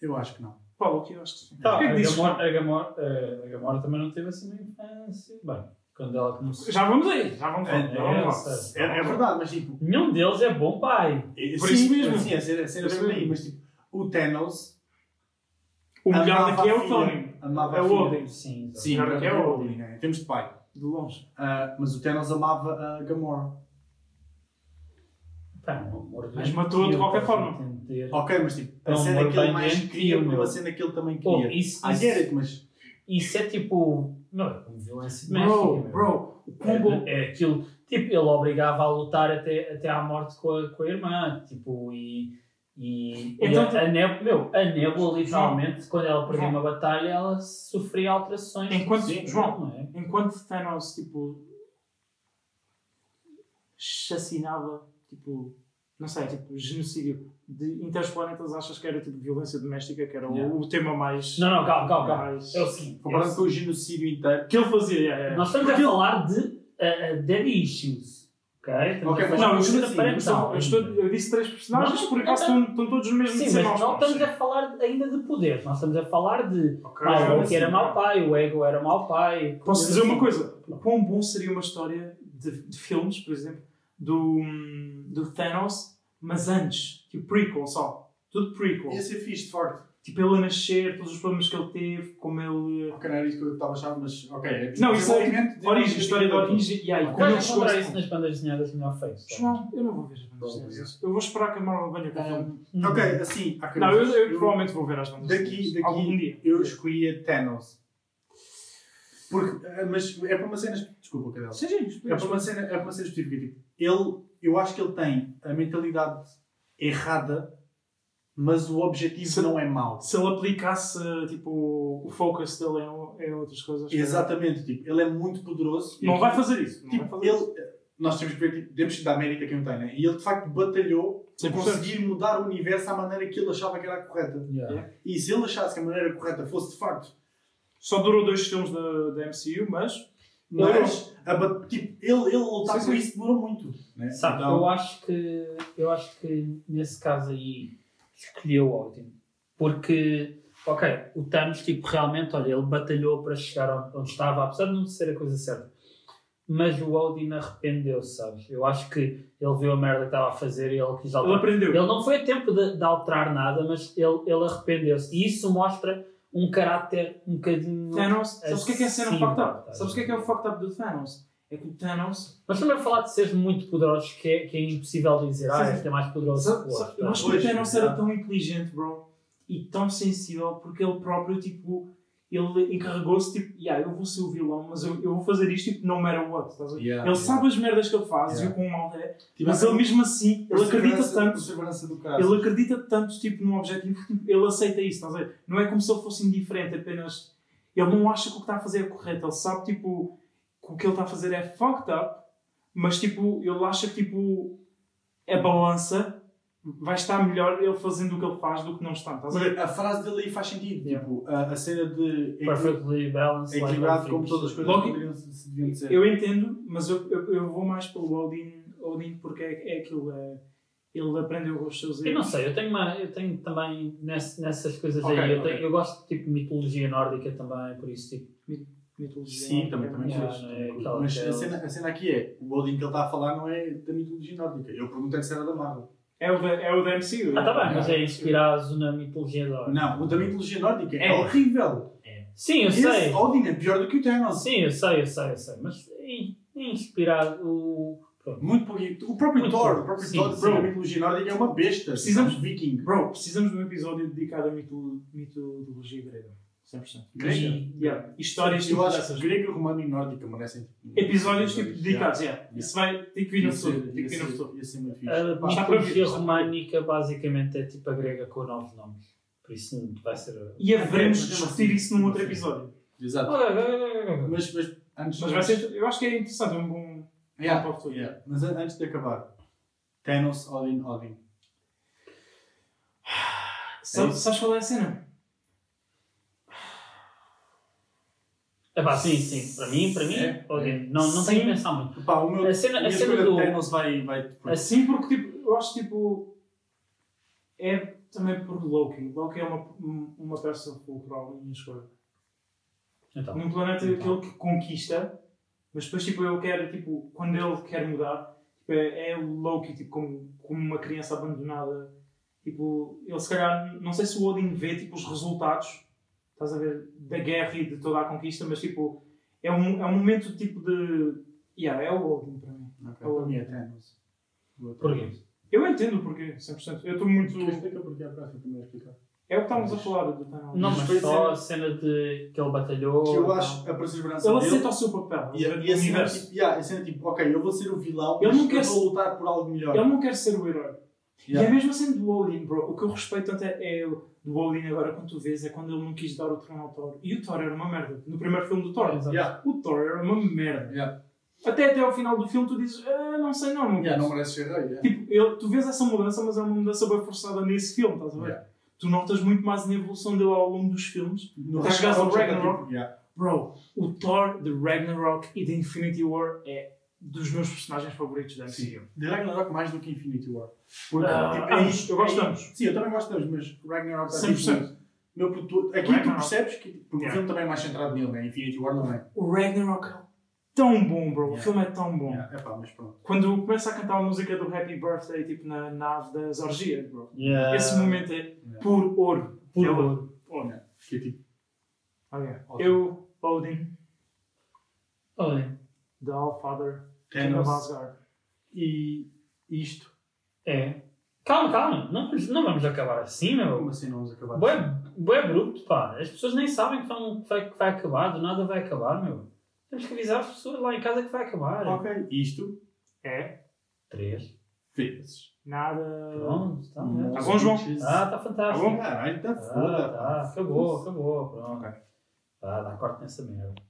C: eu acho que não.
A: Para o Loki, eu acho que sim.
B: Tá,
A: O que é
B: a,
A: que dizes?
B: Gamora, a, Gamora, eh, a Gamora também não teve assim uma infância. Bem, quando ela começou.
A: Já vamos aí, já vamos lá.
C: É,
A: já vamos lá.
B: essa.
C: É, é verdade, mas tipo.
B: Nenhum deles é bom pai.
C: é-
A: Por
C: sim,
A: isso mesmo.
C: Sim, é cena é cena
A: Por isso
C: bem aí,
A: mesmo.
C: mas tipo, o Thanos
A: O melhor
C: amava
A: daqui é
C: a
A: o
C: filha,
A: Tony.
C: Amava
A: É
C: a
A: o
C: filha.
A: Odin.
B: Sim,
C: Sim,
A: Claro
C: mas
A: que
C: é
A: é o
C: o
A: Odin.
C: Odin, né? em termos de pai.
A: De longe.
C: Ah, mas o Thanos amava a Gamora.
B: Pá, um amor de
A: Mas matou-a de
B: tio,
A: qualquer
B: posso
A: forma.
B: entender.
C: Ok, mas tipo, a
B: É um
C: cena
B: amor
C: que ele
B: bem
C: mais
B: doentio,
C: queria por
B: meu.
C: uma cena que ele também
B: Oh,
C: queria.
B: isso,
C: I get
B: isso,
C: it, mas.
B: isso é tipo. Não, é como violência
A: Bro,
B: doméstica, meu.
A: bro, o combo.
B: É, é aquilo. Tipo, ele obrigava a lutar até, até à morte com a, com a irmã. Tipo, e. E,
A: Então-
B: e a, a Nébula, meu, a Nébula literalmente, quando ela perdia
A: João.
B: uma batalha, ela sofria alterações.
A: Enquanto-
B: Sim,
A: João.
B: não é?
A: Enquanto Thanos, tipo. chacinava, tipo. não sei, tipo, genocídio de interplanetas, achas que era tipo violência doméstica, que era o-
B: Yeah.
A: o, tema mais.
B: Não, não, calma, calma, calma.
A: mais-
B: É o seguinte. é o
C: Comparado com o genocídio inteiro.
A: Que ele fazia, yeah, yeah.
B: Nós estamos a falar de uh, uh, daddy issues. Ok? Estamos
C: Ok, mas
B: a
A: não,
B: falar
A: é assim,
B: de
A: eu
B: ajuda
C: estou-
A: Eu,
B: parental.
A: estou- eu estou- eu disse três personagens,
B: assim, então. Não,
A: por acaso
B: não,
A: estão, estão todos no mesmo
B: Sim, mas
A: dezenove,
B: não estamos
A: sim.
B: a falar ainda de poderes. Nós estamos a falar de.
A: Ok,
B: Ah, o
A: já
B: Loki
A: disse.
B: era mau pai, o Ego era mau pai.
A: Posso
B: coisas
A: dizer uma
B: assim.
A: coisa? O Quão bom seria uma história de, de filmes, por exemplo, do, do Thanos, mas antes, tipo prequel só. Tudo
B: Oh.
A: prequel.
C: Ia ser fixe, de facto.
A: Tipo ele a nascer, todos os problemas que ele teve, como ele.
C: Ok, não era isso que eu estava a achar, mas ok. é
A: Não, isso
C: desenvolvimento
A: é
C: de-
A: origem, história de origem. E aí,
C: Vais
A: como ele
B: Vais
A: chegou a
B: encontrar
A: esse
B: isso nas bandas desenhadas melhor feitas.
A: ponto. João, eu não vou ver as bandas
C: Bom, Ah,
A: desenhadas. Eu vou esperar que a Marvel venha com o filme.
C: Ok, assim. há
A: Não, eu,
C: coisas-
A: eu provavelmente vou ver as bandas
C: Daqui,
A: desenhadas. Algum dia.
C: daqui eu escolhia Thanos. Porque, eh, mas é para uma cena. Desculpa, Cadel.
A: Sim, sim,
C: É para
A: explica.
C: uma cena, é para uma cena específica. Tipo, ele, eu acho que ele tem a mentalidade errada, mas o objetivo
A: Se-
C: não é mau.
A: Se ele aplicasse tipo, o focus dele em, em outras coisas.
C: Exatamente, tipo, ele é muito poderoso.
A: Não
C: E-
A: vai fazer isso. Não
C: Tipo,
A: vai fazer isso.
C: ele, eh, nós temos que ver, tipo, temos que dar mérito a quem o tem, né? E ele de facto batalhou para
A: 100%.
C: conseguir mudar o universo à maneira que ele achava que era a correta.
B: Yeah.
C: E se ele achasse que a maneira correta fosse de facto,
A: Só durou dois filmes da, da MCU, mas.
C: mas a ba- tipo, ele, ele lutar
A: Sim,
C: por
A: sim.
C: isso demorou muito. Né?
B: Sabe,
C: Então-
B: eu acho que eu acho que nesse caso aí escolheu o Odin. Porque, ok, o Thanos, tipo, realmente, olha, ele batalhou para chegar onde- onde estava, apesar de não ser a coisa certa. Mas o Odin arrependeu-se, sabes? Eu acho que ele viu a merda que estava a fazer e ele quis
A: Ele
B: alterar.
A: aprendeu.
B: Ele não foi a tempo de, de alterar nada, mas ele, ele arrependeu-se. E isso mostra um caráter um bocadinho.
A: Thanos, sabes o que é que é a cena
B: Sim,
A: fucked
B: tá.
A: up? Sabes o que é que é o fucked up do Thanos? É que o Thanos.
B: Mas também falar de seres muito poderosos que é, que é impossível dizer, ah,
A: Sim.
B: este é mais poderoso
A: sabe-
B: que o
A: sabe-
B: outro.
A: Eu acho que o
C: Pois,
A: Thanos
C: exato.
A: era tão inteligente, bro, e tão sensível, porque ele próprio, tipo, ele encarregou-se, tipo, yeah, eu vou ser o vilão, mas eu, eu vou fazer isto, tipo, no matter what. Estás a ver?
C: Yeah,
A: Ele
C: yeah.
A: sabe as merdas que ele faz
C: Yeah.
A: e o quão mal é,
C: Tipo,
A: mas ele mesmo assim, ele acredita
C: perseverança-
A: tanto.
C: perseverança do cara.
A: Ele acredita tanto tipo, num objetivo que tipo, ele aceita isso, estás a ver? Não é como se ele fosse indiferente, apenas. Ele não acha que o que está a fazer é correto, ele sabe tipo, que o que ele está a fazer é fucked up, mas tipo, ele acha que tipo, a balança vai estar melhor ele fazendo o que ele faz do que não está, estás a ver?
C: A frase dele aí faz sentido.
A: Yeah.
C: Tipo, a, a cena de equi-
B: Perfectly balanced. like
C: é equilibrado
B: everything.
C: como todas as coisas
A: Logo-
C: poderiam se- se deviam ser.
A: Eu entendo, mas eu, eu, eu vou mais pelo Odin, Odin porque é, é aquilo, é, ele aprendeu com os seus
B: Eu não
A: erros.
B: sei, eu tenho, uma, eu tenho também ness- nessas coisas
C: Ok,
B: aí. Eu,
C: ok.
B: tenho- eu gosto tipo, de mitologia nórdica também, por isso. Tipo,
A: Mitologia,
C: Sim, também, também
B: Yeah,
C: fiz.
B: não é
C: Mas
B: aquela-
C: a, cena, a cena aqui é, o Odin que ele está a falar não é da mitologia nórdica. Eu perguntei se era da Marvel.
A: É o, da- é o da MCU.
B: ah, tá bem, mas
C: Yeah.
B: é inspirado na mitologia nórdica.
C: Não, o da mitologia nórdica é,
A: É.
C: horrível.
B: Sim, eu
C: Esse
B: sei.
C: Odin é pior do que o Thanos.
B: Sim, eu sei, eu sei, eu sei. Mas in- inspirado. o- Pronto.
C: Muito pouquinho. O próprio
B: Muito
C: Thor,
B: pouco.
C: o próprio
B: Sim,
C: Thor
B: sim.
C: da mitologia nórdica é uma besta.
A: Precisamos-
C: de viking.
A: Bro, precisamos de um episódio dedicado à mito, mitologia grega. 100%.
C: Grega.
A: E, yeah, histórias tipo
C: Eu acho
A: dessas.
C: que grega, romano e nórdica merecem.
A: Episódios tipo dedicados, yeah. Isso vai ter que vir no
C: Ia ser-
A: futuro. Tem que
C: ia
A: vir no
C: ser-
A: futuro.
C: ia ser muito fixe.
B: A
A: Pá, está para ver,
B: mitologia
A: está para ver.
B: românica basicamente é tipo a grega com novos nomes. Por isso não vai ser.
A: E haveremos
C: Ok,
A: de
C: mas
A: discutir
C: assim,
A: isso num outro
C: assim.
A: episódio.
C: Exato.
B: Mas
C: Mas, mas antes
A: Mas vai ser. Eu acho que é interessante, é um bom.
C: Yeah,
A: bom futuro.
C: yeah. Mas an- antes de acabar, Thanos, Odin, Odin.
A: Sabe-
C: isso.
A: Sabes qual é a cena?
B: É pá, sim, sim. Para mim, para mim,
C: É,
B: ok.
C: é.
B: Não, não tenho que
A: Sim.
B: pensar muito.
C: Pá, o meu,
B: A cena- a
C: minha
B: cena
C: escolha
B: do-
C: de Thanos vai. vai
A: Assim, porque tipo, eu acho tipo. É também por Loki. Loki é uma, uma peça cultural em minha escolha.
B: Então.
A: Num planeta
B: Então.
A: aquele que conquista, mas depois tipo, eu quero, tipo, quando ele quer mudar, tipo, é, é o Loki tipo, como, como uma criança abandonada. Tipo, ele se calhar, não sei se o Odin vê tipo, os resultados, estás a ver, da guerra e de toda a conquista, mas tipo, é um, é um momento tipo de. Yeah, é o Odin para mim.
C: Ok, para mim é Thanos. Vou-
B: Porquê?
A: Eu entendo o porquê, 100%. Eu estou muito.
C: Tu explica porque é a próxima também a explicar.
A: É o que estávamos a falar do Thanos.
B: Não,
C: Mas
B: mas
C: foi
B: só a cena de que ele batalhou.
C: Que eu
B: então.
C: acho a perseverança
A: Ele
C: dele.
A: aceita o seu papel
C: E a,
A: no
C: e a cena,
A: universo.
C: tipo, yeah, a cena tipo, ok, eu vou ser o vilão,
A: Ele
C: mas
A: não quer
C: eu vou lutar por algo melhor.
A: Ele não quer ser o herói.
C: Yeah.
A: E é mesmo assim do Odin, bro. O que eu respeito tanto é, é o- do Odin agora, quando tu vês, é quando ele não quis dar o trono ao Thor. E o Thor era uma merda. No primeiro filme
C: é
A: do Thor.
B: Exato.
C: Yeah,
A: O Thor era uma merda.
C: yeah.
A: Até, até ao final do filme tu dizes, ah, não sei não. não
C: Yeah,
A: posso."
C: não é. merece ser rei. yeah.
A: Tipo, ele- tu vês essa mudança, mas é uma mudança bem forçada nesse filme, estás a ver?
C: Yeah.
A: Tu notas muito mais na evolução dele ao longo dos filmes.
C: Tipo, No
A: Tá chegado ao Ragnarok.
C: tipo, yeah.
A: Bro, o Thor de Ragnarok e de Infinity War é dos meus personagens favoritos da MCU.
C: Sim. De Ragnarok mais do que Infinity War. Porque,
A: Ah,
C: tipo, é
A: ambos.
C: isso,
A: Eu gosto de
C: é
A: ambos.
C: isso. Sim, eu também gosto de ambos, mas Ragnarok está
A: 100%.
C: tipo, meu produtor. Aqui tu
A: Ragnarok.
C: percebes que porque o
A: Yeah.
C: filme também é mais centrado nele, né? Infinity War não é.
A: O Ragnarok é tão bom, bro.
C: Yeah.
A: O filme é tão bom.
C: Yeah, epá, mas pronto.
A: Quando começa a cantar a música do Happy Birthday, tipo na nave das orgias, bro.
B: Yeah.
A: Esse momento é puro ouro.
B: Ah.
C: é
B: Puro
A: Eu-
B: ouro.
A: ouro.
C: Que é tipo,
A: Ah, yeah.
C: Ótimo.
A: Eu, Odin,
B: Olha,
A: The Allfather, King of
C: Thanos
A: Asgard.
C: e isto.
B: é. Calma, calma. Não, vamos- não vamos acabar assim, meu.
C: Como assim não vamos acabar?
B: Bué, bué abrupto, pá. As pessoas nem sabem que, vão, que, vai, que vai acabar. Do nada vai acabar, meu. Temos que avisar as pessoas lá em casa que vai acabar.
C: Ok, isto.
A: É,
B: Três.
C: Vezes.
A: nada.
B: Pronto, tá.
C: Não
A: Tá bom, João?
C: bitches.
B: Ah, tá
A: Tá bom?
B: fantástico.
C: Caralho, Hum. tá
B: Ah,
C: foda.
B: tá.
C: pá.
B: Acabou, acabou. Pronto.
A: Ok.
B: Tá, dá corte nessa merda.